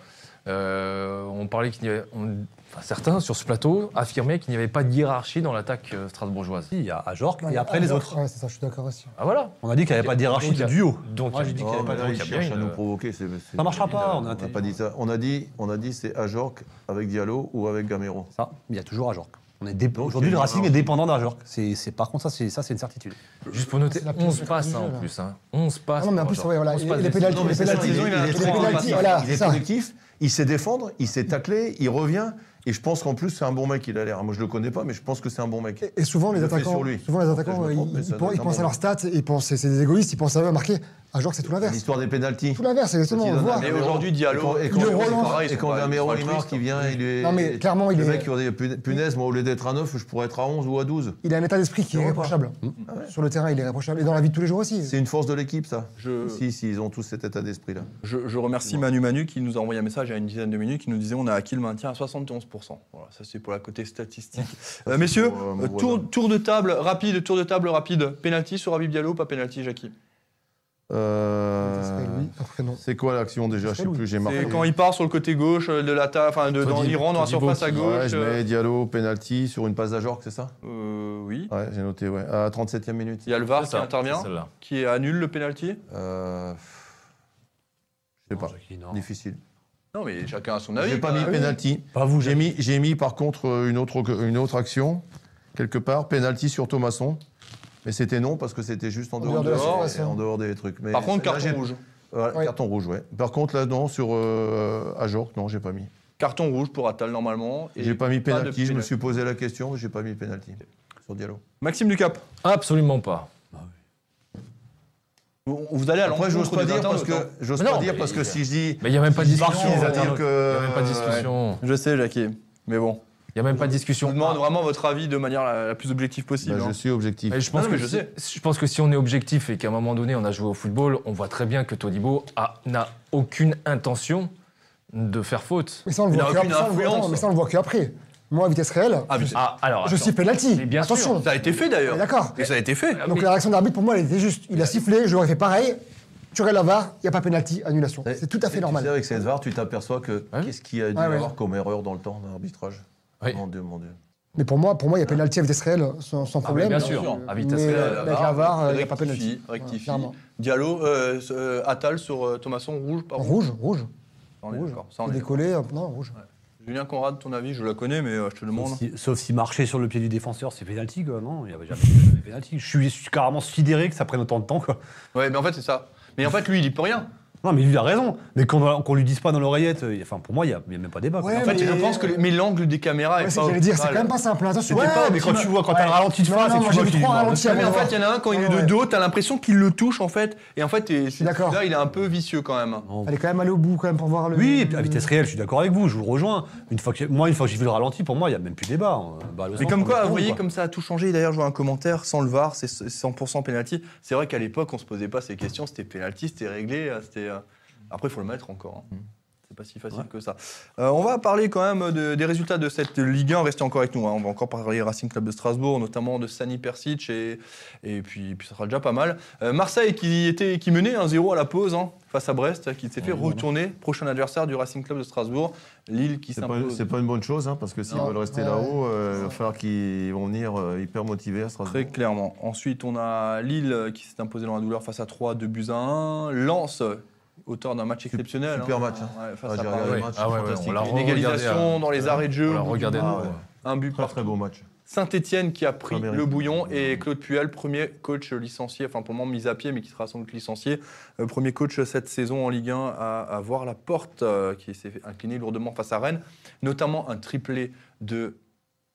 D: Euh, on parlait qu'il y avait, on- enfin, certains sur ce plateau affirmaient qu'il n'y avait pas de hiérarchie dans l'attaque euh, strasbourgeoise.
C: Il y a à Jork et après les autres.
B: Ah, Ouais, c'est ça, je suis d'accord aussi.
D: Ah voilà.
C: On a dit qu'il n'y avait pas de hiérarchie
D: Donc,
C: de duo.
D: Donc
C: Moi, j'ai dit qu'il y
E: Non,
C: avait pas
E: mais là,
C: de
E: il
D: il y a bien
E: cherche à
D: une- euh,
E: nous provoquer. c'est- c'est-
C: Ça marchera pas, on est
E: On n'a
C: intelligent.
E: pas dit ça. On a dit, on a dit c'est Ajorc avec Diallo ou avec Gamero.
C: Ça, il y a toujours à Jork. On est dé-
E: Donc,
C: Aujourd'hui,
E: il y
C: le
E: a une
C: Racing est
E: hiérarchie.
C: dépendant d'Ajorc. C'est c'est- Par contre, ça, c'est ça, c'est une certitude.
D: Juste pour
B: Ah,
D: noter,
B: C'est la pire
D: 11
B: pire
D: passes
B: du
D: hein,
B: jeu,
D: en
B: là.
D: plus. hein. 11 passes.
B: Ah non, mais en plus,
D: genre,
B: ouais, voilà,
D: 11
B: et-
D: passes
B: et les
D: décisives.
B: pénaltys,
D: Non, mais
B: les
D: c'est ça,
B: pénaltys,
D: il est-
A: il
D: il est
A: est
D: trop
A: trop
D: en
A: en
D: passe.
A: passe.
B: voilà,
E: il est
B: ça.
E: collectif, il s'est défendre, il s'est tacler, il revient. Et je pense qu'en plus, c'est un bon mec, il a l'air. Moi, je le connais pas, mais je pense que c'est un bon mec.
B: Et, et souvent,
E: Je
B: les
E: le fais
B: attaquants,
E: sur lui.
B: souvent, les
E: Peut-être je
B: attaquants,
E: me
B: ils,
E: trompe, mais
B: ils
E: ça
B: pensent-
E: doit
B: ils
E: être un
B: pensent à
E: bon
B: leurs stats, ils pensent, c'est c'est des égoïstes, ils pensent à eux marquer. À Jork, c'est tout l'inverse.
E: L'histoire des pénalties.
B: Tout l'inverse, exactement, on le voit.
A: Mais aujourd'hui, Diallo,
E: Et
B: il
E: quand, et
B: le
E: quand-
B: relance.
E: pareil, et
A: c'est
E: quand
A: pas-
E: Gamero,
A: c'est
E: il
A: pas
E: marque,
A: triste.
E: il vient, il est.
B: Non, mais clairement, il
E: le
B: est-
E: mec, il dit punaise, moi, au lieu d'être à 9, je pourrais être à 11 ou à 12.
B: Il a un état d'esprit qui est
E: Je vois pas.
B: irréprochable. Ah Sur le terrain, il est irréprochable. Et dans la vie de tous les jours aussi.
E: C'est une force de l'équipe, ça.
B: Euh.
A: Je-
E: Si, si, ils ont tous cet état d'esprit-là.
A: Je, je remercie Manu Manu qui nous a envoyé un message il y a une dizaine de minutes qui nous disait on a acquis le maintien à 71%. Voilà, ça c'est pour la côté statistique. Euh, messieurs,
E: pour, euh, mon
A: euh, tour,
E: voisin.
A: tour de table rapide, tour de table rapide. Penalty sur Habib Diallo, pas penalty, Jackie.
E: Euh,
B: C'est lui, après non.
E: C'est quoi l'action déjà Je sais
B: Pascal,
E: plus, j'ai marqué.
A: C'est quand il part sur le côté gauche euh, de la table, enfin de- dans
D: Todi-
A: l'Iran, dans la
D: Todibo
A: surface à
D: qui-
E: Ouais,
A: gauche.
E: je
A: euh,
E: mets Diallo, penalty sur une passe d'Ajorc, c'est ça
A: euh, oui.
E: Ouais, j'ai noté, ouais. À 37e minute.
A: Il y a le VAR
D: C'est
A: qui
D: ça,
A: intervient,
D: c'est celle-là.
A: qui annule le penalty.
E: Euh, pff, Je sais pas. Difficile.
A: Non mais chacun a son avis.
E: J'ai pas
A: quoi.
E: mis penalty.
C: Pas vous,
E: J'ai mis, j'ai mis par contre euh, une autre, une autre action, quelque part, penalty sur Thomasson. Mais c'était non parce que c'était juste en dehors,
B: dehors de la
E: et
B: situation.
E: en dehors des trucs. Mais
A: Par contre,
E: là,
A: carton
E: j'ai-
A: rouge.
E: Voilà,
B: Ouais.
E: Carton rouge, ouais. Par contre, là, non, sur euh, Ajorc, non, j'ai pas mis.
A: Carton rouge pour Attal normalement.
E: Et j'ai pas mis
A: pas de
E: penalty. Je me
A: pénalty.
E: suis posé la question, mais j'ai pas mis penalty sur Diallo.
A: Maxime Ducap,
D: Absolument pas.
A: vous vous allez à
E: Après,
A: l'encontre
E: j'ose pas
A: des
E: dire parce
A: internautes,
E: que
A: hein.
E: j'ose
D: Mais non,
E: pas dire
D: mais-
E: parce que si je dis bah,
D: Mais il n'y a même pas de
E: si je dis
D: discussion.
E: non, ça veut
D: Il
E: dire
D: n'y
E: que
D: a même pas de discussion.
A: Je sais, Jackie. Mais bon.
D: Il n'y a même pas de
A: Je vous
D: discussion.
A: demande vraiment votre avis de manière la, la plus objective
E: Bah,
A: possible. hein.
E: je suis objectif.
D: Mais je pense,
A: Non,
D: que
A: mais je
D: si-
A: sais.
D: si- je pense que si on est objectif et qu'à un moment donné on a joué au football, on voit très bien que Todibo a- n'a aucune intention de faire faute.
B: Mais ça, on le
A: Il a
B: voit que-
A: aucune
B: ça, on le voit-
A: influence.
B: non, mais ça, on le voit qu'après. Moi, à vitesse réelle,
A: Ah, mais
B: je,
D: Ah, alors,
B: je
D: attends.
B: suis penalty.
D: Mais bien sûr,
B: Attention.
A: Ça a été fait d'ailleurs.
B: Mais d'accord.
A: Et ça a été fait.
D: Ah,
B: Donc
D: mais-
B: la réaction de l'arbitre, pour moi, elle était juste. Il a sifflé, j'aurais fait pareil. Tu aurais la VAR, il n'y a pas pénalty, annulation. C'est tout à fait
E: Tu sais,
B: normal.
E: avec cette VAR, tu t'aperçois que
D: Ouais.
E: qu'est-ce qu'il y a dû y
B: Ouais, ouais.
E: avoir comme erreur dans le temps d'arbitrage
D: Oui.
E: Mon Dieu, mon Dieu.
B: Mais pour moi, pour moi, il y a pénalty à vitesse réelle, sans, sans problème.
D: bien sûr. À vitesse
B: Mais,
D: réelle,
B: euh,
D: la
B: avec la VAR, il n'y a pas
A: rectifie,
B: pénalty.
A: rectifie.
B: Voilà, clairement.
A: Diallo, euh, ce- euh, Attal sur euh, Thomasson, rouge, par
B: Rouge, rouge.
A: On est
B: rouge.
A: d'accord, ça, on
B: il
A: est
B: est collé, euh, non, rouge.
A: Julien Conrad, ton avis, je la connais, mais euh, je te demande.
C: Sauf si, sauf si marcher sur le pied du défenseur, c'est pénalty, quoi. Non, il n'y avait jamais jamais pénalty. Je suis, je suis carrément sidéré que ça prenne autant de temps, quoi.
A: Ouais, mais en fait, c'est ça. Mais en fait, lui, il dit peut rien.
C: Non, mais lui, il a raison. Mais qu'on qu'on lui dise pas dans l'oreillette, euh, enfin, pour moi, il n'y a, il y a même pas débat. quoi.
B: Ouais,
A: En fait,
B: mais-
A: je pense que les- mais l'angle des caméras est
B: Ouais, c'est
A: pas
B: ce que j'allais dire, c'est
A: optimal.
B: quand même pas simple. Attention,
C: C'était
B: Ouais,
C: pas, mais quand
B: me-
C: tu vois, quand t'as
B: ouais.
C: un ralenti de
B: Non,
C: face,
B: non,
C: et que
B: moi,
C: tu
B: j'ai
C: vois
B: vu
C: qu'il
B: trois
C: est mort de
B: ralentis
A: Ah, mais
B: avant
A: en
B: de
A: fait,
B: voir.
A: il y en a un quand il est
B: Ouais,
A: de
B: ouais.
A: dos, t'as l'impression qu'il le touche en fait. Et en fait, t'es-
B: d'accord.
A: là, il est un peu vicieux quand même.
C: Non.
B: Elle est quand même allée au bout quand même pour voir le.
C: Oui, à vitesse réelle, je suis d'accord avec vous, je vous rejoins. Une fois que, moi, une fois que j'ai vu le ralenti, pour moi, il n'y a même plus débat. hein. Bah, le
A: Mais
C: centre,
A: comme
C: on
A: quoi,
C: le
A: vous
C: prend,
A: voyez, comme ça a tout changé. D'ailleurs, je vois un commentaire sans le VAR, c'est 100% penalty. C'est vrai qu'à l'époque, on se posait pas ces questions. C'était penalty, c'était réglé. euh, C'était. euh, Après, il faut le mettre encore. hein. C'est pas si facile
C: Ouais.
A: que ça. Euh, on va parler quand même de- des résultats de cette Ligue 1. Restez encore avec nous. hein. On va encore parler Racing Club de Strasbourg, notamment de Sani Persic. Et, et puis, puis ça sera déjà pas mal. Euh, Marseille qui, était, qui menait 1-0 à la pause hein, face à Brest, qui s'est fait retourner. Prochain adversaire du Racing Club de Strasbourg. Lille qui
E: C'est pas,
A: s'impose.
E: c'est pas une bonne chose, hein, parce que s'ils
A: Non.
E: veulent rester
B: Ouais.
E: là-haut, euh, il va falloir qu'ils vont venir euh, hyper motivés à Strasbourg.
A: Très clairement. Ensuite, on a Lille euh, qui s'est imposé dans la douleur face à 3, 2 buts à 1. Lens, euh, auteur d'un match exceptionnel.
E: super match, hein.
A: Ouais, face
E: Ah,
A: à
E: j'ai
A: Paris.
E: regardé. euh,
D: ouais.
E: match,
D: Ah ouais, ouais,
E: fantastique.
D: on l'a
E: Une
A: Une
D: regardé
A: égalisation
D: à-
A: dans les arrêts de jeu.
D: On l'a
A: au bout
D: regardé à
A: d'un-
E: Ah
D: nous. euh.
E: ouais.
A: Un but
E: Très
A: par
E: très beau match.
A: Saint-Etienne qui a pris
E: Très bien.
A: le bouillon et Claude Puel, premier coach licencié, enfin pour le moment mis à pied, mais qui sera sans doute licencié, euh, premier coach cette saison en Ligue 1 à, à voir la porte euh, qui s'est fait incliner lourdement face à Rennes, notamment un triplé de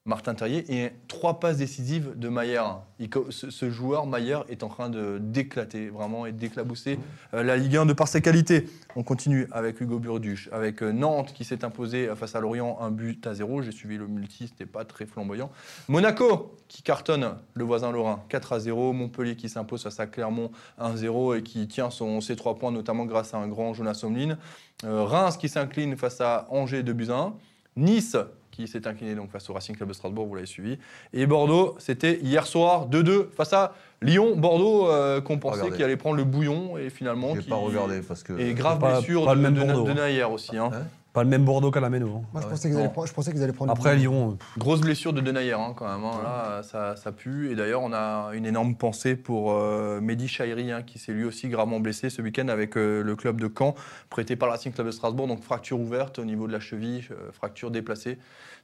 A: Martin Terrier et trois passes décisives de Maillard. Il co- ce, ce joueur, Maillard, est en train de d'éclater vraiment et d'éclabousser euh, la Ligue 1 de par ses qualités. On continue avec Hugo Burduche, avec euh, Nantes qui s'est imposé euh, face à Lorient, un but à zéro. J'ai suivi le multi, c'était pas très flamboyant. Monaco qui cartonne le voisin Lorrain 4 à 0. Montpellier qui s'impose face à Clermont 1-0 et qui tient son, ses trois points notamment grâce à un grand Jonas Omlin. Euh, Reims qui s'incline face à Angers 2 buts à 1. Nice qui s'est incliné donc face au Racing Club de Strasbourg, vous l'avez suivi. Et Bordeaux, c'était hier soir 2-2 face à Lyon. Bordeaux euh, qu'on pensait
E: Regardez.
A: qui allait prendre le bouillon et finalement
E: J'ai
A: qui-
E: pas regardé parce que.
A: Et grave
C: Euh, Pas-
A: blessure
C: pas
A: de,
C: le même
A: de-
C: Bordeaux,
A: de
C: hein.
A: Nayer aussi. hein.
C: Pas le même Bordeaux qu'à la Méno. hein.
B: Moi, je pensais qu'ils allaient
A: Non.
B: prendre- je pensais qu'ils allaient prendre.
C: Après, Lyon, euh, pff,
A: Grosse blessure de Denayer hein, quand même. hein. Là, euh, ça, ça pue. Et d'ailleurs, on a une énorme pensée pour euh, Mehdi Chahiri, hein, qui s'est lui aussi gravement blessé ce week-end avec euh, le club de Caen, prêté par le Racing Club de Strasbourg. Donc fracture ouverte au niveau de la cheville, euh, fracture déplacée.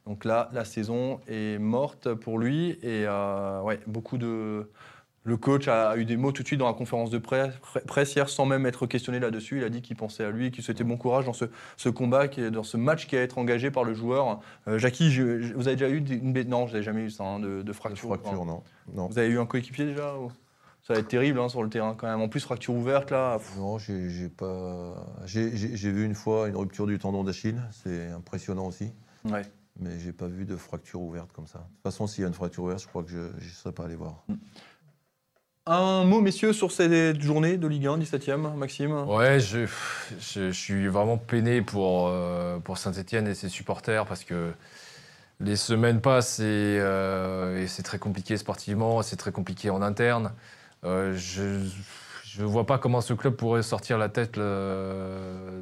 A: Donc là, la saison est morte pour lui. Et euh, ouais, beaucoup de. Le coach a eu des mots tout de suite dans la conférence de presse, presse hier, sans même être questionné là-dessus. Il a dit qu'il pensait à lui, qu'il souhaitait bon courage dans ce, ce combat, qui est- dans ce match qui va être engagé par le joueur. Euh, Jackie, je- je- vous avez déjà eu des- une bête Non, vous n'avez jamais eu ça, hein, de, de
E: de
A: fracture.
E: fracture,
A: hein.
E: non. Non,
A: Vous avez eu un coéquipier déjà ou- Ça va être terrible hein, sur le terrain quand même. En plus, fracture ouverte là. pff,
E: non j'ai j'ai pas. J'ai j'ai- j'ai vu une fois une rupture du tendon d'Achille, c'est impressionnant aussi.
A: ouais.
E: Mais j'ai pas vu de fracture ouverte comme ça. De toute façon, s'il y a une fracture ouverte, je crois que je ne serais pas allé voir.
A: Un mot, messieurs, sur cette journée de Ligue 1, 17ème, Maxime
D: Ouais, je, pff, je, je suis vraiment peiné pour, euh, pour Saint-Etienne et ses supporters parce que les semaines passent et, euh, et c'est très compliqué sportivement, c'est très compliqué en interne. Euh, je ne vois pas comment ce club pourrait sortir la tête euh,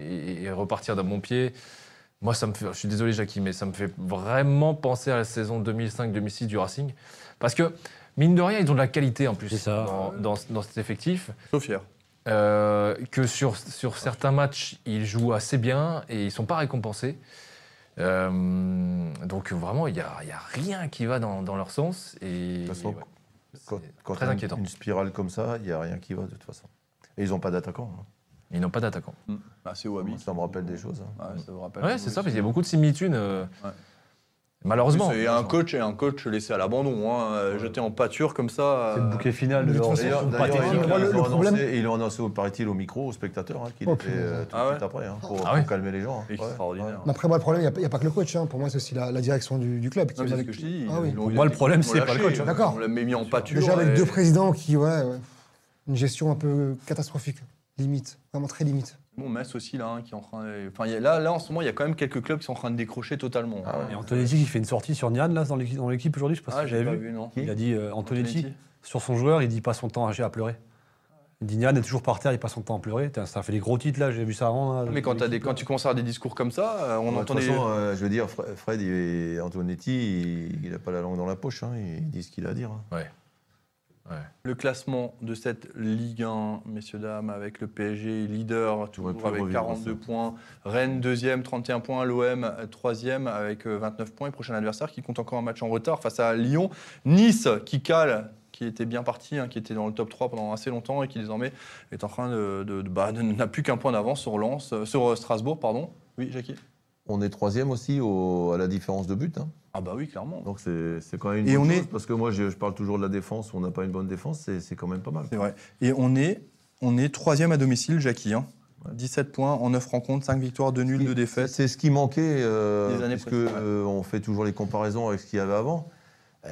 D: et, et repartir d'un bon pied. Moi, ça me fait, je suis désolé, Jackie, mais ça me fait vraiment penser à la saison 2005-2006 du Racing. Parce que, mine de rien, ils ont de la qualité en plus
C: C'est ça.
D: Dans, dans, dans cet effectif.
A: Sauf hier.
D: Euh, que sur, sur certains matchs, ils jouent assez bien et ils ne sont pas récompensés. Euh, donc vraiment, il n'y a, il y a rien qui va dans, dans leur sens. Et,
E: De toute façon,
D: ouais.
E: Quand,
D: C'est
E: quand
D: très
E: t'as une-
D: inquiétant.
E: une spirale comme ça, il n'y a rien qui va de toute façon. Et ils n'ont pas d'attaquant. hein.
D: Ils n'ont pas d'attaquant.
A: Ah, c'est Wabi.
E: Ça me rappelle des choses. hein.
A: Ouais, ça vous rappelle.
D: Ouais, c'est ça, parce
A: parce
D: qu'il y a beaucoup de similitudes. euh,
A: Ouais.
D: Malheureusement.
A: Et un coach et un coach laissé à l'abandon, hein, euh, jeté en pâture comme ça.
C: c'est le
A: euh,
C: bouquet final de
B: mais de
C: leur-
B: toute façon,
E: D'ailleurs,
C: ils sont pas
E: d'ailleurs,
C: terribles.
E: ils
B: Moi, le-
E: l'ont
B: le problème-
E: annoncé, ils l'ont annoncé au- paraît-il, au micro, aux spectateurs, hein, qu'il
B: Oh,
E: était euh, tout de
A: Ah ouais.
E: suite après, hein, pour,
D: Ah ouais.
E: pour calmer les gens. hein. Ouais,
A: Extraordinaire.
E: ouais.
B: Mais Après, moi, le problème, il n'y a, pas que le coach. hein. Pour moi, c'est aussi la, la direction du, du club. qui
A: Non, mais
B: va
A: c'est ce
B: avec-
A: que je te dis.
B: Ah oui.
A: Ils l'ont-
C: Pour moi, le problème,
A: ils l'ont
C: c'est pas le
A: lâché,
C: coach, hein.
B: D'accord.
A: On l'a mis en pâture.
B: Déjà avec
A: et-
B: deux présidents qui, ouais, ouais, une gestion un peu catastrophique, limite, vraiment très limite.
A: Bon, Metz aussi, là, hein, qui est en train. de- Enfin, il y a- là, là, en ce moment, il y a quand même quelques clubs qui sont en train de décrocher totalement. hein.
E: Ah ouais.
C: Et Antonetti qui fait une sortie sur Nian, là, dans l'équipe dans l'équipe aujourd'hui, je sais pas
A: Ah,
C: si
A: j'ai
C: j'avais
A: pas
C: vu.
A: vu, non.
C: Il a dit euh, Antonetti,
A: Antonetti.
C: sur son joueur, il dit pas son temps à, à pleurer. Il dit Nian est toujours par terre, il passe son temps à pleurer. Putain, Ça fait des gros titres là, j'ai vu ça avant. là.
A: Mais quand, t'as des, quand tu commences à avoir des discours comme ça, euh, on
E: Bon, de toute
A: entendait.
E: façon, euh, je veux dire, Fre- Fred et Antonetti, il n'a pas la langue dans la poche. hein, ils disent ce qu'il a à dire. hein.
D: Ouais. Ouais.
A: le classement de cette Ligue 1, messieurs, dames, avec le PSG leader, toujours
E: pu
A: avec
E: revivre
A: 42
E: ça.
A: points. Rennes deuxième, 31 points. L'OM troisième avec euh, 29 points. Et prochain adversaire qui compte encore un match en retard face à Lyon. Nice qui cale qui était bien parti, hein, qui était dans le top 3 pendant assez longtemps et qui désormais est en train de, de- de- bah, de- n'a plus qu'un point d'avance sur Lens, euh, sur euh, Strasbourg, pardon. Oui, Jackie.
E: On est troisième aussi au- à la différence de but. hein.
A: Ah bah oui, clairement.
E: Donc c'est c'est quand même une
A: Et
E: bonne
A: on
E: chose,
A: est-
E: parce que moi je, je parle toujours de la défense, on n'a pas une bonne défense, c'est- c'est quand même pas mal.
A: C'est vrai. Et on est, on est troisième à domicile, Jackie. hein. 17 points en 9 rencontres, 5 victoires, 2 nuls, 2 défaites.
E: C'est ce qui manquait, euh,
A: Des années
E: puisque
A: précédentes, ouais.
E: euh, on fait toujours les comparaisons avec ce qu'il y avait avant.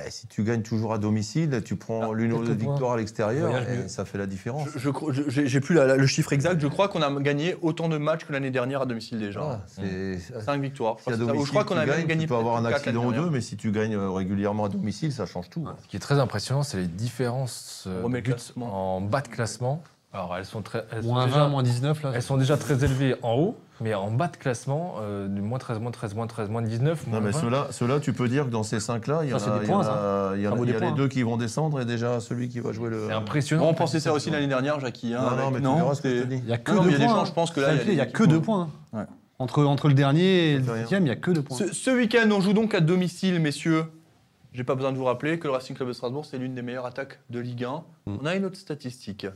E: Eh, si tu gagnes toujours à domicile, tu prends l'une ou
B: quelques
E: deux
B: points.
E: victoires à l'extérieur,
C: Voyage
E: eh,
C: mieux.
E: ça fait la différence.
A: Je- je crois- je- J'ai j'ai plus la- la- le chiffre exact. Je crois qu'on a gagné autant de matchs que l'année dernière à domicile déjà.
E: Voilà, c'est- si
A: 5 victoires.
E: à
A: C'est ça. Ou
E: domicile,
A: je crois qu'on
E: tu
A: a même
E: gagnes,
A: gagné
E: Tu peux avoir un
A: peut-être quatre
E: accident
A: l'année
E: ou deux,
A: dernière.
E: mais si tu gagnes euh, régulièrement à domicile, ça change tout.
C: Ouais.
D: Ce qui est très impressionnant, c'est les différences euh,
A: On remet le
D: de buts
A: classement.
D: en bas de classement. Alors elles sont très, elles sont
C: Moins
D: déjà-
C: 20, moins 19, là.
D: elles sont déjà très élevées en haut, mais en bas de classement, euh, du moins 13, moins 13, moins 13, moins 19,
E: Non,
D: moins
E: mais
D: 20.
E: ceux-là, ceux-là, tu peux dire que dans ces cinq-là, il y en
C: Ça, c'est
E: a,
C: des
E: il y en
C: points,
E: a- il y en
C: Ça
E: a-
C: vaut
E: il y
C: des
E: a les
C: points,
E: deux qui vont descendre et déjà celui qui va jouer le.
D: C'est impressionnant.
A: On pensait ça aussi l'année dernière, Jackie. hein,
E: Non, non,
A: avec-
E: mais tu verras ce que je te
A: c'est-
E: dis.
C: Il n'y a que
A: Non, mais
C: deux
A: il y a des
C: points.
A: gens,
C: hein.
A: je pense que
C: Ça
A: là,
C: le fait, il n'y a,
A: des-
C: que deux points. hein.
A: Ouais.
C: Entre, entre le dernier et le
E: Ça fait rien.
C: septième, il n'y a que deux points.
A: Ce, ce week-end, on joue donc à domicile, messieurs. J'ai pas besoin de vous rappeler que le Racing Club de Strasbourg, c'est l'une des meilleures attaques de Ligue 1.
E: Hmm.
C: Mm.
A: On a une autre statistique.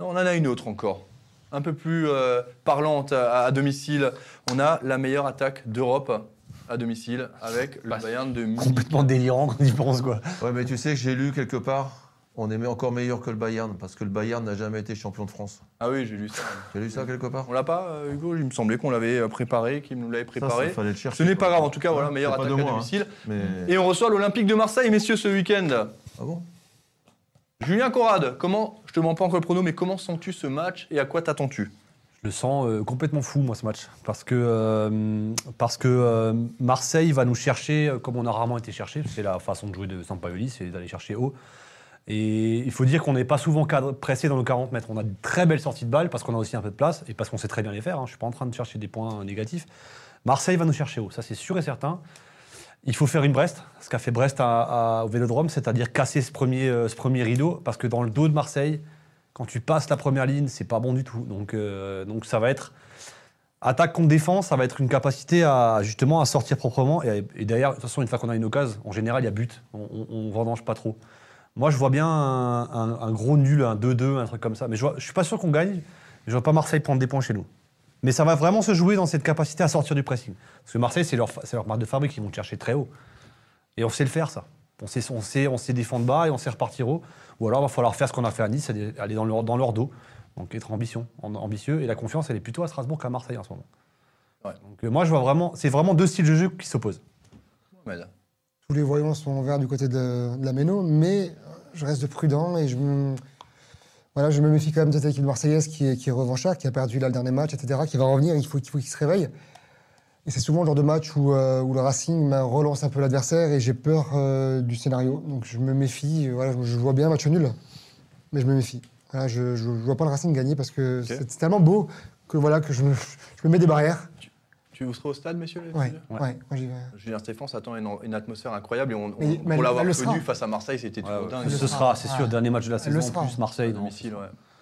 A: Non, on en a une autre encore. Un peu plus euh, parlante à, à domicile. On a la meilleure attaque d'Europe à domicile avec le
D: Bah,
A: Bayern de Munich.
C: Complètement délirant quand on y pense, quoi.
E: Ouais, mais tu sais que j'ai lu quelque part, on est encore meilleur que le Bayern parce que le Bayern n'a jamais été champion de France.
A: Ah oui, j'ai lu ça.
E: Tu as lu ça quelque part
A: On l'a pas, euh, Hugo Il me semblait qu'on l'avait euh, préparé, qu'il nous l'avait préparé.
E: Ça, ça, fallait le chercher,
A: Ce n'est
E: quoi.
A: pas grave, en tout cas, voilà,
E: Ouais,
A: meilleure
E: c'est pas
A: attaque
E: de
A: à
E: moi, hein.
A: domicile.
E: Mais...
A: Et on reçoit l'Olympique de Marseille, messieurs, ce week-end.
E: Ah bon
A: Julien Conrad, comment, je te demande pas encore le prono, mais comment sens-tu ce match et à quoi t'attends-tu
C: Je le sens euh, complètement fou, moi, ce match. Parce que, euh, parce que euh, Marseille va nous chercher euh, comme on a rarement été cherché. C'est la façon de jouer de Sampaoli, c'est d'aller chercher haut. Et il faut dire qu'on n'est pas souvent cadre, pressé dans nos 40 mètres. On a de très belles sorties de balles parce qu'on a aussi un peu de place et parce qu'on sait très bien les faire. hein. Je ne suis pas en train de chercher des points euh, négatifs. Marseille va nous chercher haut, ça c'est sûr et certain. Il faut faire une Brest, ce qu'a fait Brest à- à- au Vélodrome, c'est-à-dire casser ce premier, euh, ce premier rideau, parce que dans le dos de Marseille, quand tu passes la première ligne, c'est pas bon du tout. Donc, euh, donc ça va être attaque contre défense, ça va être une capacité à justement à sortir proprement. Et, et derrière, de toute façon, une fois qu'on a une occasion, en général, il y a but. On, on, on vendange pas trop. Moi, je vois bien un, un- un gros nul, un 2-2, un truc comme ça. Mais je, vois- je suis pas sûr qu'on gagne. Je vois pas Marseille prendre des points chez nous. Mais ça va vraiment se jouer dans cette capacité à sortir du pressing. Parce que Marseille, c'est leur, fa- c'est leur marque de fabrique, ils vont te chercher très haut. Et on sait le faire, ça. On sait, on sait, on sait défendre bas et on sait repartir haut. Ou alors, il va falloir faire ce qu'on a fait à Nice, aller aller dans leur, dans leur dos. Donc, être ambition, en- ambitieux. Et la confiance, elle est plutôt à Strasbourg qu'à Marseille en ce moment.
A: Ouais.
C: Donc, euh, moi, je vois vraiment. C'est vraiment deux styles de jeu qui s'opposent.
B: tous les voyants sont verts du côté de, de la Méno, mais je reste prudent et je me, voilà, je me méfie quand même de cette équipe marseillaise qui est, qui est revanchard, qui a perdu là le dernier match, etc., qui va revenir, il faut qu'il faut qu'il se réveille. Et c'est souvent le genre de match où, euh, où le Racing ben, relance un peu l'adversaire et j'ai peur euh, du scénario. Donc je me méfie, voilà, je, je vois bien un match nul, mais je me méfie. Voilà, je ne vois pas le Racing gagner parce que c'est- c'est tellement beau que, voilà, que je, me, je me mets des barrières.
A: Tu vous serez au stade, messieurs les
B: Ouais,
A: messieurs
B: ouais.
C: Ouais.
B: moi, euh, j'y vais.
A: Julien Stéphane s'attend à une, une atmosphère incroyable et on,
B: Mais-
A: on-
B: mais
A: pour
B: elle-
A: l'avoir
B: elle le
A: connu
B: sera.
A: face à Marseille, c'était
C: Ouais,
A: toujours
C: ouais.
A: dingue.
C: Ce
B: Le
C: sera, c'est
B: sera.
C: sûr, dernier match de la
B: Elle le
C: saison.
B: sera.
C: En plus, Marseille. non.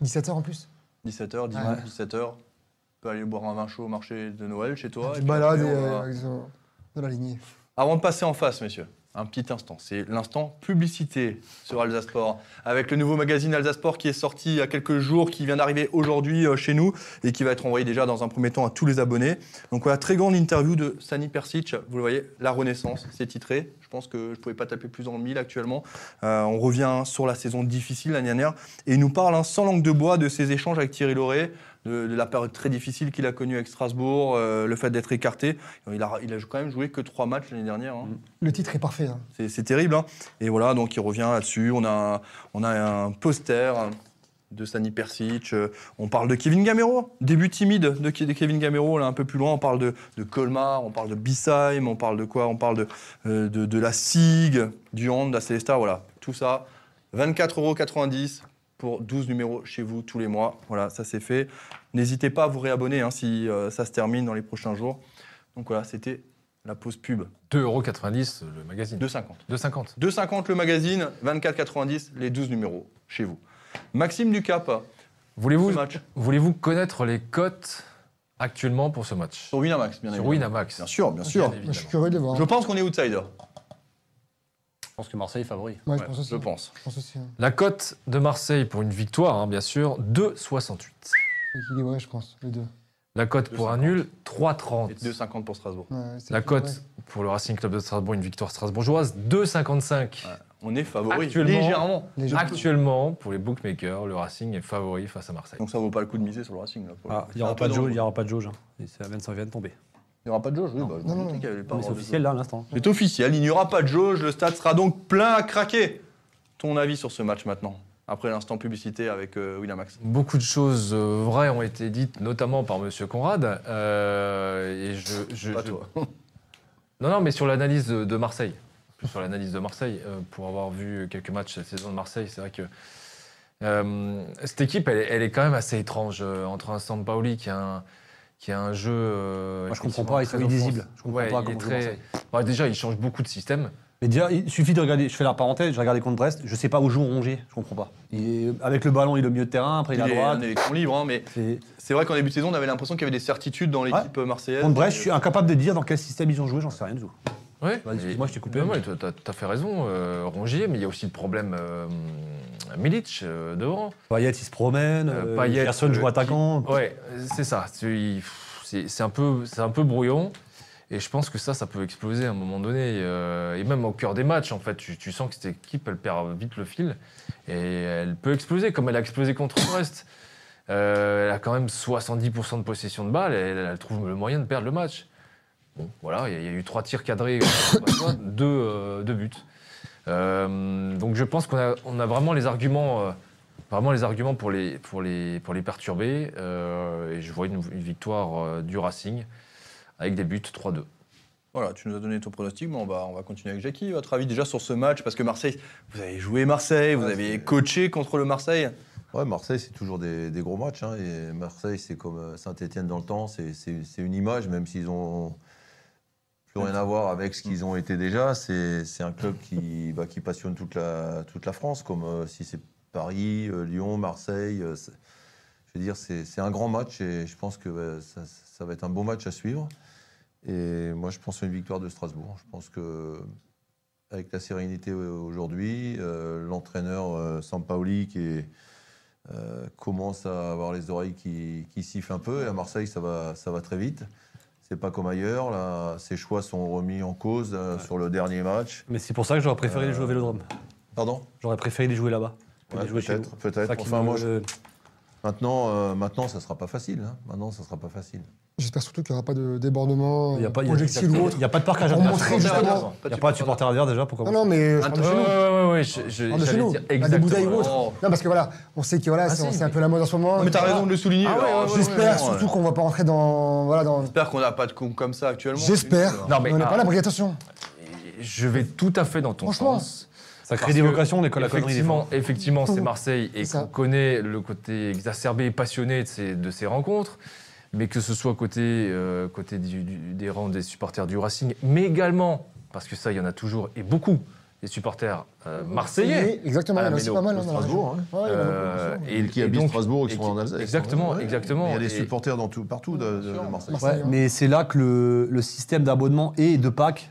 B: 17h en plus.
A: 17h, dimanche, 17h. Tu peux aller boire un vin chaud au marché de Noël chez toi.
B: Tu
A: et
B: te
A: puis
B: balades
A: après,
B: et,
A: on va-
B: euh, avec son- de la lignée.
A: Avant de passer en face, messieurs, un petit instant. C'est l'instant publicité sur Alsasport. Avec le nouveau magazine Alsasport qui est sorti il y a quelques jours, qui vient d'arriver aujourd'hui euh, chez nous et qui va être envoyé déjà dans un premier temps à tous les abonnés. Donc voilà, très grande interview de Sani Persic. Vous le voyez, La Renaissance, c'est titré. Je pense que je ne pouvais pas taper plus en mille actuellement. Euh, on revient sur la saison difficile l'année dernière. Et il nous parle hein, sans langue de bois de ses échanges avec Thierry Lauré, de, de la période très difficile qu'il a connue avec Strasbourg, euh, le fait d'être écarté. Il a, il a quand même joué que trois matchs l'année dernière. hein.
B: Le titre est parfait. hein.
A: C'est- C'est terrible. hein. Et voilà, donc il revient là-dessus. On a, on a un poster de Sani Persic. Euh, On parle de Kevin Gamero. Début timide de, Ke- de Kevin Gamero. Là, un peu plus loin, on parle de, de Colmar, on parle de Bissheim, on parle de quoi On parle de, euh, de, de la SIG, du Hand, de la Celesta. Voilà, tout ça. 24,90€ pour 12 numéros chez vous tous les mois. Voilà, ça c'est fait. N'hésitez pas à vous réabonner hein, si euh, ça se termine dans les prochains jours. Donc voilà, c'était La pause pub,
D: 2,90€ euh, le magazine.
A: 2,50.
D: 2,50.
A: 2,50 le magazine, 24,90 les 12 numéros chez vous. Maxime Ducap,
D: Voulez-vous
A: ce match
D: voulez connaître les cotes actuellement pour ce match
A: sur Winamax, bien
D: Sur
A: évidemment.
D: Winamax.
A: Bien sûr, bien sûr.
D: Bien
B: Moi, je suis
D: évidemment.
B: curieux de les voir.
A: Je pense qu'on est outsider.
C: Je pense que Marseille est favori.
B: Ouais, je
A: Ouais,
B: pense aussi.
A: je pense.
B: Je pense aussi, hein.
D: La cote de Marseille pour une victoire, hein, bien sûr, 2,68.
B: C'est équilibré, je pense, les deux.
D: La cote pour un
A: 2,50.
D: nul,
A: Et
D: 3,30.
A: 2,50 pour Strasbourg.
B: Ouais, c'est
D: La
B: équilibré.
D: cote pour le Racing Club de Strasbourg, une victoire strasbourgeoise, 2,55.
A: On est favori
D: Actuellement.
A: légèrement.
B: Les gens-
D: Actuellement, pour les bookmakers, le Racing est favori face à Marseille.
A: Donc ça vaut pas le coup de miser sur le Racing. là, pour le
C: Ah,
A: coup.
C: Il n'y aura,
A: C'est
C: pas
A: un
C: de
A: peu
C: jauge, il y
A: dangereux.
C: aura pas de jauge. hein. Et ça vient de, ça vient de tomber.
A: Il n'y aura pas de jauge Oui, bah, je me
B: Non,
A: doutais
B: non.
A: qu'il y avait pas
C: Mais c'est
A: avoir de
C: officiel
A: jauge.
C: là, à l'instant.
A: C'est officiel, il n'y aura pas de jauge, le stade sera donc plein à craquer. Ton avis sur ce match maintenant, après l'instant publicité avec euh, Winamax
D: Beaucoup de choses euh, vraies ont été dites, notamment par M. Conrad. euh, et je, je-
A: Pas
D: je-
A: toi.
D: Non, non, mais sur l'analyse de, de Marseille. Plus sur l'analyse de Marseille. euh, pour avoir vu quelques matchs cette saison de Marseille, c'est vrai que euh, cette équipe, elle, est- elle est quand même assez étrange. euh, entre un Sampaoli qui a un, qui a un jeu. euh,
C: Moi, je comprends
D: effectivement
C: pas, ils sont
D: très
C: illisibles.
D: offensif.
C: Je comprends
D: Ouais,
C: pas
D: il
C: comment
D: est
C: joue
D: très-
C: Marseille.
D: Bah, déjà, ils changent beaucoup de système.
C: Mais déjà, il suffit de regarder, je fais la parenthèse, je regardais contre Brest, je sais pas où joue Rongier, je comprends pas. Il est- avec le ballon, il est au milieu de terrain, après il est à
A: Il est
C: droite.
A: en élection libre, hein, mais
C: C'est-
A: c'est vrai qu'en début de saison, on avait l'impression qu'il y avait des certitudes dans l'équipe marseillaise.
C: Contre Brest, je suis incapable de dire dans quel système ils ont joué, j'en sais rien du tout.
D: Oui,
C: Bah, excuse-moi, je t'ai coupé.
D: tu as, fait raison, euh, Rongier, mais il y a aussi le problème euh, Milic euh, devant.
C: Payet, il se promène,
D: Euh,
C: euh,
D: Payet,
C: Gerson joue
D: euh,
C: attaquant.
D: Ouais, euh, c'est ça. C'est il- pff, c'est- c'est un, peu- c'est un peu brouillon. Et je pense que ça, ça peut exploser à un moment donné. euh, et même au cœur des matchs, en fait, tu, tu sens que cette équipe, elle perd vite le fil. Et elle peut exploser, comme elle a explosé contre Brest. Euh, elle a quand même 70% de possession de balle. Elle, elle trouve le moyen de perdre le match. Bon, voilà, il y a- il y, a eu trois tirs cadrés, euh, deux, euh, deux buts. Euh, donc je pense qu'on a, on a vraiment les arguments, euh, vraiment les arguments pour les, pour les, pour les perturber. euh, et je vois une, une victoire euh, du Racing avec des buts 3-2.
A: Voilà, tu nous as donné ton pronostic, mais on va, on va continuer avec Jackie. Votre avis déjà sur ce match, parce que Marseille, vous avez joué Marseille, vous
E: Ouais,
A: avez
E: c'est-
A: coaché contre le Marseille.
E: Ouais, Marseille, c'est toujours des, des gros matchs. hein, et Marseille, c'est comme euh, Saint-Etienne dans le temps. C'est- C'est c'est une image, même s'ils ont plus rien à voir avec ce qu'ils ont été déjà. C'est c'est un club qui, bah, qui passionne toute la, toute la France, comme euh, si c'est Paris, euh, Lyon, Marseille. euh, c'est- je veux dire, c'est c'est un grand match et je pense que bah, ça, ça va être un beau match à suivre. Et moi, je pense à une victoire de Strasbourg. Je pense que avec la sérénité euh, aujourd'hui, euh, l'entraîneur euh, Sampaoli qui est euh, commence à avoir les oreilles qui, qui sifflent un peu. Et à Marseille, ça va, ça va très vite. C'est pas comme ailleurs. Là, ses choix sont remis en cause euh, sur le dernier match.
C: Mais c'est pour ça que j'aurais préféré les jouer au Vélodrome.
E: Pardon
C: J'aurais préféré les jouer là-bas. que
E: Ouais,
C: les jouer chez
E: Peut-être,
C: vous.
E: peut-être.
C: Ça qui
E: Enfin,
C: me-
E: moi, je-
C: le-
E: maintenant, euh, maintenant, ça sera pas facile. hein. Maintenant, ça sera pas facile.
B: J'espère surtout qu'il n'y aura pas de débordement
C: Il n'y a, pas- il y a-
B: projectile ou autre.
C: il y a pas de parc à
B: Pour
C: Jacques-
B: montrer
C: Il y a
B: justement-
C: pas- Il n'y a pas de supporter adverse déjà pour
B: Non,
C: commencer.
B: non, mais euh, je
D: Ah,
A: Un
B: parle Ah, de
A: truc-
B: chez nous.
D: Ouais, ouais, ouais, je- je-
B: Parle de chez
D: j'allais
B: nous.
D: dire
B: Pas Des bouteilles ou
D: exactement.
B: autre. Non, parce que voilà, on sait que voilà,
D: Ah,
B: c'est
D: si.
B: c'est un peu la mode en ce moment.
A: Oh. Non, mais t'as
B: Voilà.
A: raison de le souligner.
D: Ah ouais,
A: Alors,
D: ouais, ouais,
A: J'espère
B: J'espère surtout qu'on va pas rentrer dans. Voilà, dans...
A: J'espère qu'on n'a pas de con comme ça actuellement.
B: J'espère.
D: Non, mais-
B: on n'est
D: ah.
B: pas là, mais attention.
D: Je vais tout à fait dans ton
B: Franchement.
D: sens.
C: Ça crée
D: Parce
C: des
D: que,
C: vocations, les la connerie. des fois.
D: Effectivement, effectivement, c'est Marseille et
B: Mmh. C'est ça.
D: qu'on connaît le côté exacerbé et passionné de ces, de ces rencontres. Mais que ce soit côté, euh, côté du- du- des rangs des supporters du Racing, mais également, parce que ça, il y en a toujours et beaucoup, des supporters euh, marseillais.
B: Oui, Exactement,
D: Ah,
B: il y en a
D: mais
B: aussi
D: le-
B: pas mal.
E: le
B: hein, dans la
E: Strasbourg,
B: région. Ouais, il y en a
D: euh,
B: beaucoup, bien sûr.
E: Et qui habitent
D: donc-
E: Strasbourg, ils
D: et
E: sont
D: qui-
E: en Alsace.
D: Exactement,
E: Ouais.
D: exactement.
E: Il y a des
D: Et-
E: supporters dans tout, partout de, de- de
A: sûr.
E: Marseille.
B: Marseille,
C: Ouais,
B: hein.
C: mais c'est là que le, le système d'abonnement et de pack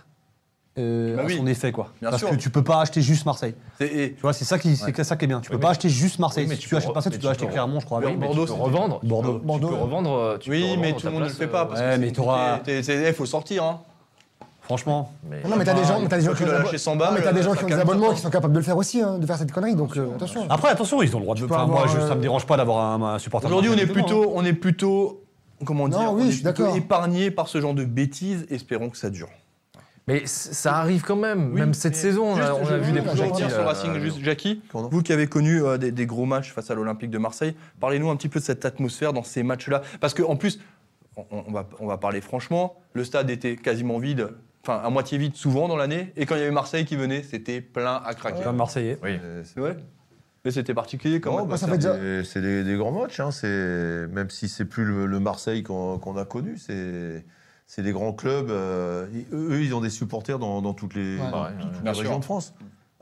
C: euh,
A: Bah
C: a
A: oui.
C: son effet, quoi.
A: Bien
C: Parce
A: sûr.
C: que tu peux pas acheter juste Marseille.
A: Et, et-
C: Tu vois, c'est ça qui, c'est ça qui est bien. Tu peux
D: Oui,
C: pas
D: mais-
C: acheter juste Marseille.
D: Oui, mais
C: si
D: tu
C: tu,
D: peux
C: achètes
D: re-
C: Marseille,
D: mais
C: tu
D: tu
C: dois acheter
D: peux-
C: Clermont, je crois.
A: Oui,
C: avec.
A: mais
D: Bordeaux,
A: Bordeaux,
D: tu peux
A: c'est-
D: revendre. tu
C: Bordeaux.
D: peux- Tu
B: Bordeaux.
D: peux revendre. euh, tu peux
A: oui,
D: revendre
A: mais
D: ta
A: tout le monde ne le
D: place,
A: fait pas.
D: euh,
A: Parce
C: ouais,
A: que
C: mais
A: c'est
C: t'auras-
A: compliqué. T'es- t'es- eh, faut sortir. Hein.
C: Franchement.
D: mais-
B: Ah Non, mais t'as des gens, mais t'as des gens
A: Toi,
B: qui
A: tu l'as
B: ont des
A: lâché
B: abonnements-
A: 100
B: Non,
A: balles.
B: mais t'as des gens
A: ça
B: qui ont des
A: calme
B: abonnements
A: certains.
B: qui sont capables de le faire aussi, hein, de faire cette connerie, donc euh, attention.
C: Après, attention, ils ont le droit de.
B: Tu peux
C: Enfin, moi,
B: avoir,
C: je- ça
B: euh,
C: me dérange pas d'avoir un, un supporter.
A: Aujourd'hui, on est
C: Exactement,
A: plutôt, on est plutôt, comment
B: Non,
A: dire,
B: oui,
A: on est
B: je suis
A: plutôt
B: d'accord.
A: épargné par ce genre de bêtises. Espérons que ça dure.
D: Mais c- ça arrive quand même,
A: Oui,
D: même cette
A: mais
D: saison, on a,
A: juste,
D: on
A: je
D: a vu
A: voulais
D: des
A: toujours
D: projectiles.
A: revenir sur
D: euh,
A: Racing, juste Jackie,
E: Pardon
A: vous qui avez connu euh, des, des gros matchs face à l'Olympique de Marseille, parlez-nous un petit peu de cette atmosphère dans ces matchs-là. Parce qu'en plus, on, on va, on va parler franchement, le stade était quasiment vide, enfin à moitié vide souvent dans l'année, et quand il y avait Marseille qui venait, c'était plein à
C: hein.
A: craquer.
C: Comme Marseillais.
D: Oui.
E: Euh, c'est-
A: C'est vrai Mais c'était particulier quand
E: Non,
A: même.
E: bah,
B: ça
E: c'est
B: fait
E: un
B: déjà-
E: des- c'est des, des grands matchs. hein, c'est- Même si c'est plus le, le Marseille qu'on qu'on a connu, c'est c'est des grands clubs. euh, ils- eux, ils ont des supporters dans, dans toutes les,
B: Ouais.
E: dans
D: Ouais,
E: toutes
D: ouais,
E: les
A: bien sûr.
E: régions de France.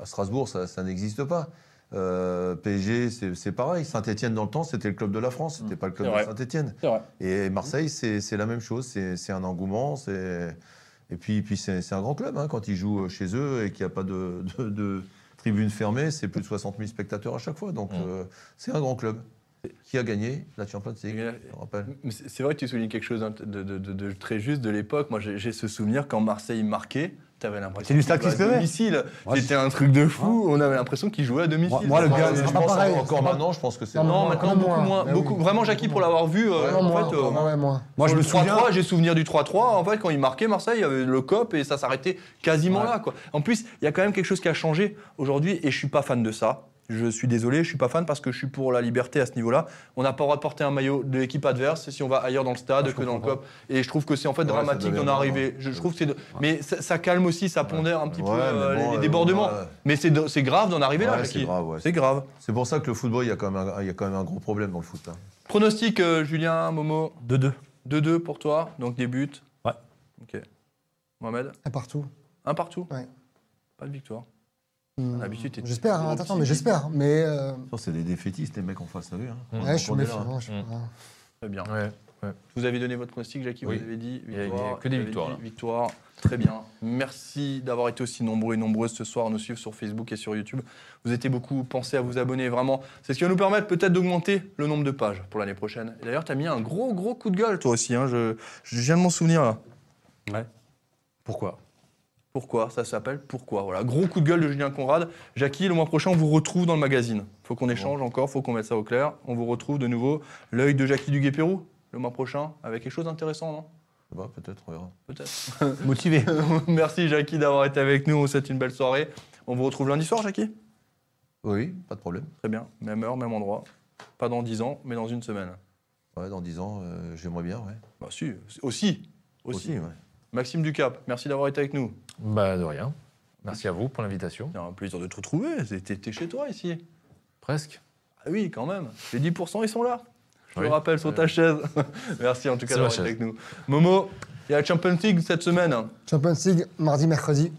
E: À Strasbourg, ça, ça n'existe pas. Euh, PSG, c'est c'est pareil. Saint-Etienne, dans le temps, c'était le club de la France, c'était pas le club
A: Mm. C'est vrai.
E: de Saint-Etienne.
A: C'est vrai.
E: Et Marseille, c'est c'est la même chose. C'est c'est un engouement. c'est- Et puis, puis c'est c'est un grand club. hein, quand ils jouent chez eux et qu'il n'y a pas de, de- de tribune fermée, c'est plus de 60 000 spectateurs à chaque fois. Donc,
D: Mm.
E: euh, c'est un grand club qui a gagné la Champions League,
A: Et-
E: je le rappelle.
A: Mais C'est c'est vrai que tu soulignes quelque chose hein, de, de- de- de très juste de l'époque. Moi, j'ai j'ai ce souvenir quand Marseille marquait, t'avais l'impression
C: C'est du stade
A: qu'il
C: qui se
A: jouait à
C: levait.
A: domicile.
C: Ouais,
A: C'était un truc de fou. On avait l'impression qu'il jouait à domicile.
C: Moi- moi, le
E: Ouais,
C: gars, Ah
E: je
C: c'est
E: pense
C: pas
B: pareil,
E: Encore
B: c'est pas-
E: maintenant, je pense que c'est.
B: Non,
A: Non,
B: Moins,
A: maintenant
B: quand même
A: beaucoup
B: moins.
A: moins.
B: Bah
A: beaucoup,
B: oui.
A: Vraiment, Jackie, pour l'avoir vu, euh,
E: Ouais,
A: en
B: moins,
A: fait, euh,
B: ouais, ouais, moins.
C: Moi, je
A: sur
C: me
A: le 3-3,
C: souviens.
A: j'ai souvenir du 3-3. En fait, quand il marquait Marseille, il y avait le COP et ça s'arrêtait quasiment
C: Ouais.
A: là. Quoi. En plus, il y a quand même quelque chose qui a changé aujourd'hui et je suis pas fan de ça. Je suis désolé, je suis pas fan parce que je suis pour la liberté à ce niveau-là. On n'a pas le droit de porter un maillot de l'équipe adverse si on va ailleurs dans le stade
C: Ah, je
A: que dans le
C: comprends
A: COP. Et je trouve que c'est en fait
E: Ouais, ça
A: dramatique
E: devient
A: d'en arriver.
E: marrant.
A: Je, je trouve que c'est. de- Mais ça, ça calme aussi, ça pondère un petit
E: Ouais,
A: peu
E: mais
A: euh,
E: bon,
A: les
E: euh,
A: débordements.
E: ouais.
A: Mais c'est de- c'est grave d'en arriver là,
E: Ouais,
A: Jackie.
E: c'est grave, ouais.
A: C'est grave.
E: C'est pour ça que le football, il y a quand même un, il y a quand même un gros problème dans le foot. hein.
A: Pronostic, euh, Julien, Momo
C: 2-2.
A: 2-2 pour toi, donc des buts.
C: Ouais.
A: Ok. Mohamed,
B: Un partout.
A: un partout.
B: Ouais.
A: Pas de victoire.
B: Hmm.
A: D'habitude, t'es-
B: J'espère, hein,
A: t'es
B: attends,
A: optimiste.
B: mais j'espère. Mais euh,
E: Putain, C'est des défaitistes, les mecs en face, t'as vu hein.
D: Mm.
B: ouais, je suis
E: on est
B: méfiant.
E: là,
B: hein, je suis
D: Mm.
B: pas-
A: Très bien.
D: Ouais.
A: Vous avez donné votre pronostic, Jackie,
D: Oui.
A: vous avez dit
D: Il y a- il y a
A: victoire.
D: que des
A: vous avez
D: victoires,
A: dit
D: là.
A: victoire. Très bien. Merci d'avoir été aussi nombreux et nombreuses ce soir à nous suivre sur Facebook et sur YouTube. Vous étiez beaucoup, pensez à vous abonner, vraiment. C'est ce qui va nous permettre peut-être d'augmenter le nombre de pages pour l'année prochaine. Et D'ailleurs, t'as mis un gros, gros coup de gueule, toi aussi. hein, Je, je viens de m'en souvenir, là.
C: Ouais. Pourquoi
A: Pourquoi Ça s'appelle Pourquoi Voilà, gros coup de gueule de Julien Conrad. Jackie, le mois prochain, on vous retrouve dans le magazine. Faut qu'on échange encore, faut qu'on mette ça au clair. On vous retrouve de nouveau. L'œil de Jackie Duguay-Pérou, le mois prochain, avec quelque chose d'intéressant, non
E: Je sais pas, peut-être, on verra.
A: Peut-être.
C: Motivé.
A: Merci, Jackie, d'avoir été avec nous. On vous souhaite une belle soirée. On vous retrouve lundi soir, Jackie
E: Oui, pas de problème.
A: Très bien. Même heure, même endroit. Pas dans 10 ans, mais dans une semaine.
E: Ouais, dans 10 ans, euh, j'aimerais bien, ouais.
A: Bah, si, aussi. Aussi.
E: ouais.
A: Maxime Ducap, merci d'avoir été avec nous.
D: Bah, de rien. Merci à vous pour l'invitation.
A: C'est un plaisir de te retrouver. T'es t'es chez toi ici.
D: Presque.
A: Ah oui, quand même. Les 10%, ils sont là. Je
D: Oui.
A: le rappelle, sur ta chaise. Merci en tout cas
D: Sur ma
A: d'avoir été avec
D: chaise.
A: nous. Momo, il y a la Champions League cette semaine.
B: Champions League, mardi, mercredi.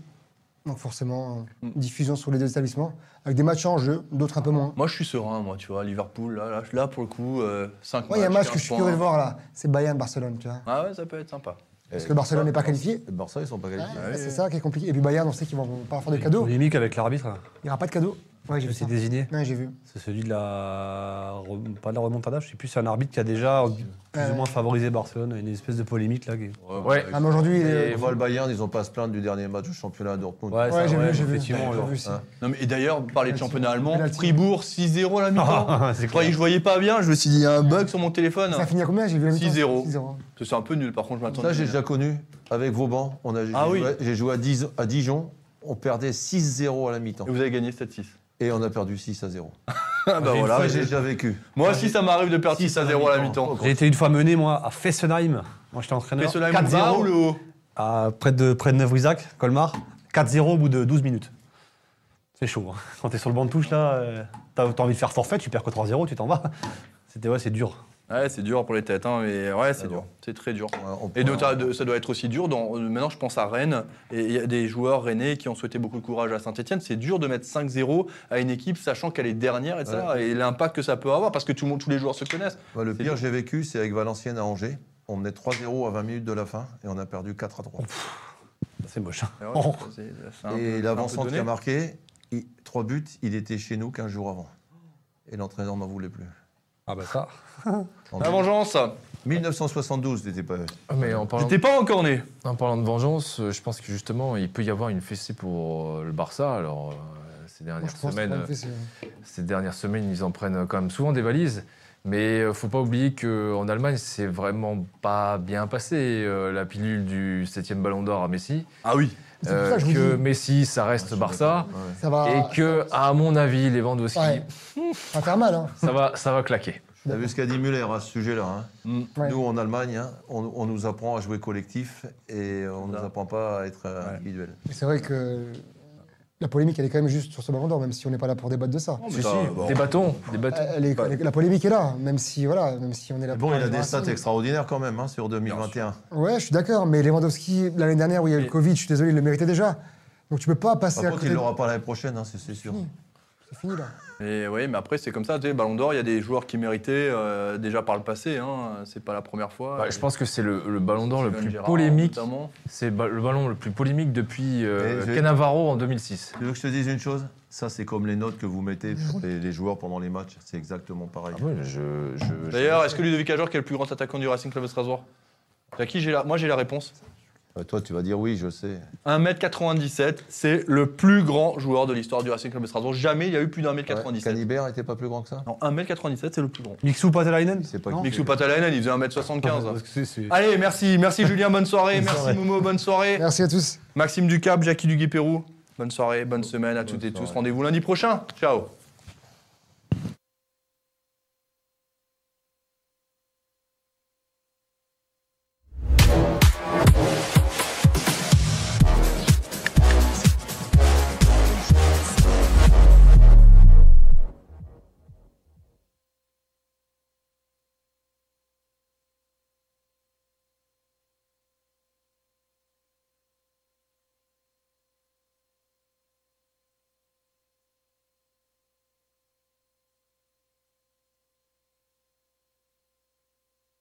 B: Donc forcément, euh,
A: Mm.
B: diffusion sur les deux établissements. Avec des matchs en jeu, d'autres un peu moins.
A: Moi, je suis serein, moi, tu vois. Liverpool, là, là, là, pour le coup, euh, 5
B: Ouais, il y a un match que je suis curieux de voir là. C'est Bayern-Barcelone, tu vois.
A: Ah ouais, ça peut être sympa.
B: Parce
E: Et
B: que Barcelone
E: Bar-
B: n'est pas qualifié.
E: Le Barça, ils sont pas qualifiés.
B: Ouais, c'est ça qui est compliqué. Et puis Bayern, on sait qu'ils vont pas faire de cadeaux. Il
C: Polémique avec l'arbitre.
B: n'y aura pas de cadeaux. Ouais, j'ai
C: Je
B: vu
C: s'est
B: ça.
C: désigné.
B: Ouais, j'ai vu.
C: C'est celui de la. re- Pas de la remontada, je sais plus, c'est un arbitre qui a déjà euh, plus
B: Ouais.
C: ou moins favorisé Barcelone. Il y a une espèce de polémique là. qui-
A: bah,
D: Ouais.
B: Ah, mais aujourd'hui, il
E: Et
B: est-
E: moi, le Bayern, ils ont pas à se plaindre du dernier match du championnat à Dortmund.
C: Ouais,
B: Ouais, j'ai
C: ouais,
B: vu, j'ai vu.
C: effectivement,
B: J'ai
C: genre,
B: vu aussi.
E: hein.
A: Non, mais, et d'ailleurs, parler de
B: Penalty.
A: championnat allemand,
B: Penalty.
A: Fribourg 6-0 à la mi-temps. Croyez
C: c'est
A: que
C: clair.
A: je voyais pas bien, je me suis dit, il y a un bug sur mon téléphone.
B: Ça a fini à combien J'ai vu la mi-temps.
A: 6-0.
B: 6-0.
A: C'est un peu nul, par contre, je m'attendais.
E: Ça, j'ai
A: à-
E: déjà connu. Avec Vauban, on a, j'ai
A: Ah
E: joué,
A: oui.
E: j'ai joué à, Diz- à Dijon. On perdait 6-0 à la mi-temps.
A: Et vous avez gagné 7-6.
E: Et on a perdu 6-0.
A: Ah, bah
E: Une
A: voilà.
E: fois, j'ai déjà vécu.
A: Moi aussi, ça m'arrive de perdre 6-0 à la mi-temps.
C: J'ai été une fois mené, moi, à Fessenheim. Moi, j'étais
A: Mais
C: entraîneur.
A: cela est bas ou le haut
C: à près de, près de Neuvrisac, Colmar. 4-0 au bout de 12 minutes. C'est chaud. hein. Quand t'es sur le banc de touche, là, euh, t'as t'as envie de faire forfait, tu perds que 3-0, tu t'en vas. C'était ouais, c'est dur.
A: Ouais, c'est dur pour les têtes, hein, mais ouais, c'est
E: Ah bon.
A: dur. C'est très dur.
E: Ouais, on-
A: Et donc, t'as- de- ça doit être aussi dur. dans- euh, maintenant, je pense à Rennes. Et il y a des joueurs rennais qui ont souhaité beaucoup de courage à Saint-Etienne. C'est dur de mettre 5-0 à une équipe, sachant qu'elle est dernière, etc. Et l'impact que ça peut avoir, parce que tout le monde, tous les joueurs se connaissent.
E: Ouais, Bah, le
A: C'est
E: pire
A: dur.
E: que j'ai vécu, c'est avec Valenciennes à Angers. On menait 3-0 à 20 minutes de la fin et on a perdu 4 à 3.
C: C'est moche. hein.
A: Et ouais,
C: Oh.
A: c'est- c'est un peu-
E: Et
A: c'est un peu
E: l'avancement qui
A: donné.
E: a marqué, il- trois buts, il était chez nous 15 jours avant. Et l'entraîneur n'en voulait plus.
C: Ah bah ça.
E: En
A: La vengeance
E: 1972, n'était pas.
D: Ah, Mais en parlant,
A: J'étais pas encore né.
D: en parlant de vengeance, euh, je pense que justement, il peut y avoir une fessée pour euh, le Barça. Alors, euh, ces
B: Moi,
D: dernières
B: je pense
D: semaines.
B: qu'on
D: euh,
B: le fait, c'est-
D: Ces dernières semaines, ils en prennent quand même souvent des valises. Mais euh, faut pas oublier qu'en Allemagne, c'est vraiment pas bien passé euh, la pilule du 7 ballon d'or à Messi. Euh,
A: Ah oui.
B: C'est pour ça que je vous
D: que
B: dis.
D: Messi, ça reste Barça.
E: Ouais.
B: Ça va.
D: Et que, à mon avis, les ventes aussi,
B: Ouais. Ça va faire mal, hein.
D: ça, va, ça va claquer.
E: T'as vu ce qu'a dit Muller à ce sujet-là hein
B: Ouais.
E: Nous, en Allemagne, hein, on, on nous apprend à jouer collectif et on ne nous
A: ça.
E: apprend pas à être euh,
A: Ouais.
E: individuel.
B: Mais C'est vrai que la polémique, elle est quand même juste sur ce ballon d'or, même si on n'est pas là pour débattre de ça.
A: Non, mais
D: Si,
A: ça,
D: si,
A: bon.
D: des bâtons, des bâtons.
B: Elle est-
A: Bah-
B: la polémique est là, même si, voilà, même si on est là
E: Mais
B: pour
E: Bon, il a
B: parler
E: des
B: de
E: stats
B: Racing.
E: extraordinaires quand même hein, sur 2021.
B: Ouais, je suis d'accord, mais Lewandowski, l'année dernière où il y a eu le
A: Mais-
B: Covid, je suis désolé, il le méritait déjà. Donc tu peux pas passer à
E: Par contre,
B: côté.
E: il
B: de-
E: l'aura pas l'année prochaine, hein, c'est c'est sûr.
B: C'est fini là.
A: Et oui, mais après, c'est comme ça. Tu sais, Ballon d'Or, il y a des joueurs qui méritaient euh, déjà par le passé. Hein, c'est pas la première fois.
D: Bah, je pense que c'est le, le ballon d'or le
A: Steven
D: plus
A: Gerrard,
D: polémique.
A: notamment.
D: C'est ba- le ballon le plus polémique depuis euh,
E: Et je-
D: Cannavaro en 2006.
E: Tu veux que je te dise une chose Ça, c'est comme les notes que vous mettez pour les, les joueurs pendant les matchs. C'est exactement
B: Ah
E: pareil.
D: je,
A: D'ailleurs, est-ce que Ludovic Ajor, qui est le plus grand attaquant du Racing Club de Strasbourg à qui j'ai la... Moi, j'ai la réponse.
E: Euh, toi, tu vas dire oui, je sais.
A: 1m97, c'est le plus grand joueur de l'histoire du Racing Club de Strasbourg. Jamais il y a eu plus d'un mètre
E: Ouais,
A: 97.
E: Canibert était pas plus grand que ça
A: Non, 1m97, c'est le plus grand.
C: Mixou Patalainen
E: C'est pas
C: Non
E: qui.
A: Mixou Patalainen, il faisait 1m75.
C: Parce que c'est- c'est-
A: Allez, merci, merci Julien, bonne soirée,
C: Bonne
A: merci
C: soirée.
A: Momo, bonne soirée.
B: Merci à tous.
A: Maxime Ducap, Jackie Duguay-Pérou, bonne soirée, bonne semaine à toutes et tous.
E: soirée.
A: Rendez-vous lundi prochain. Ciao.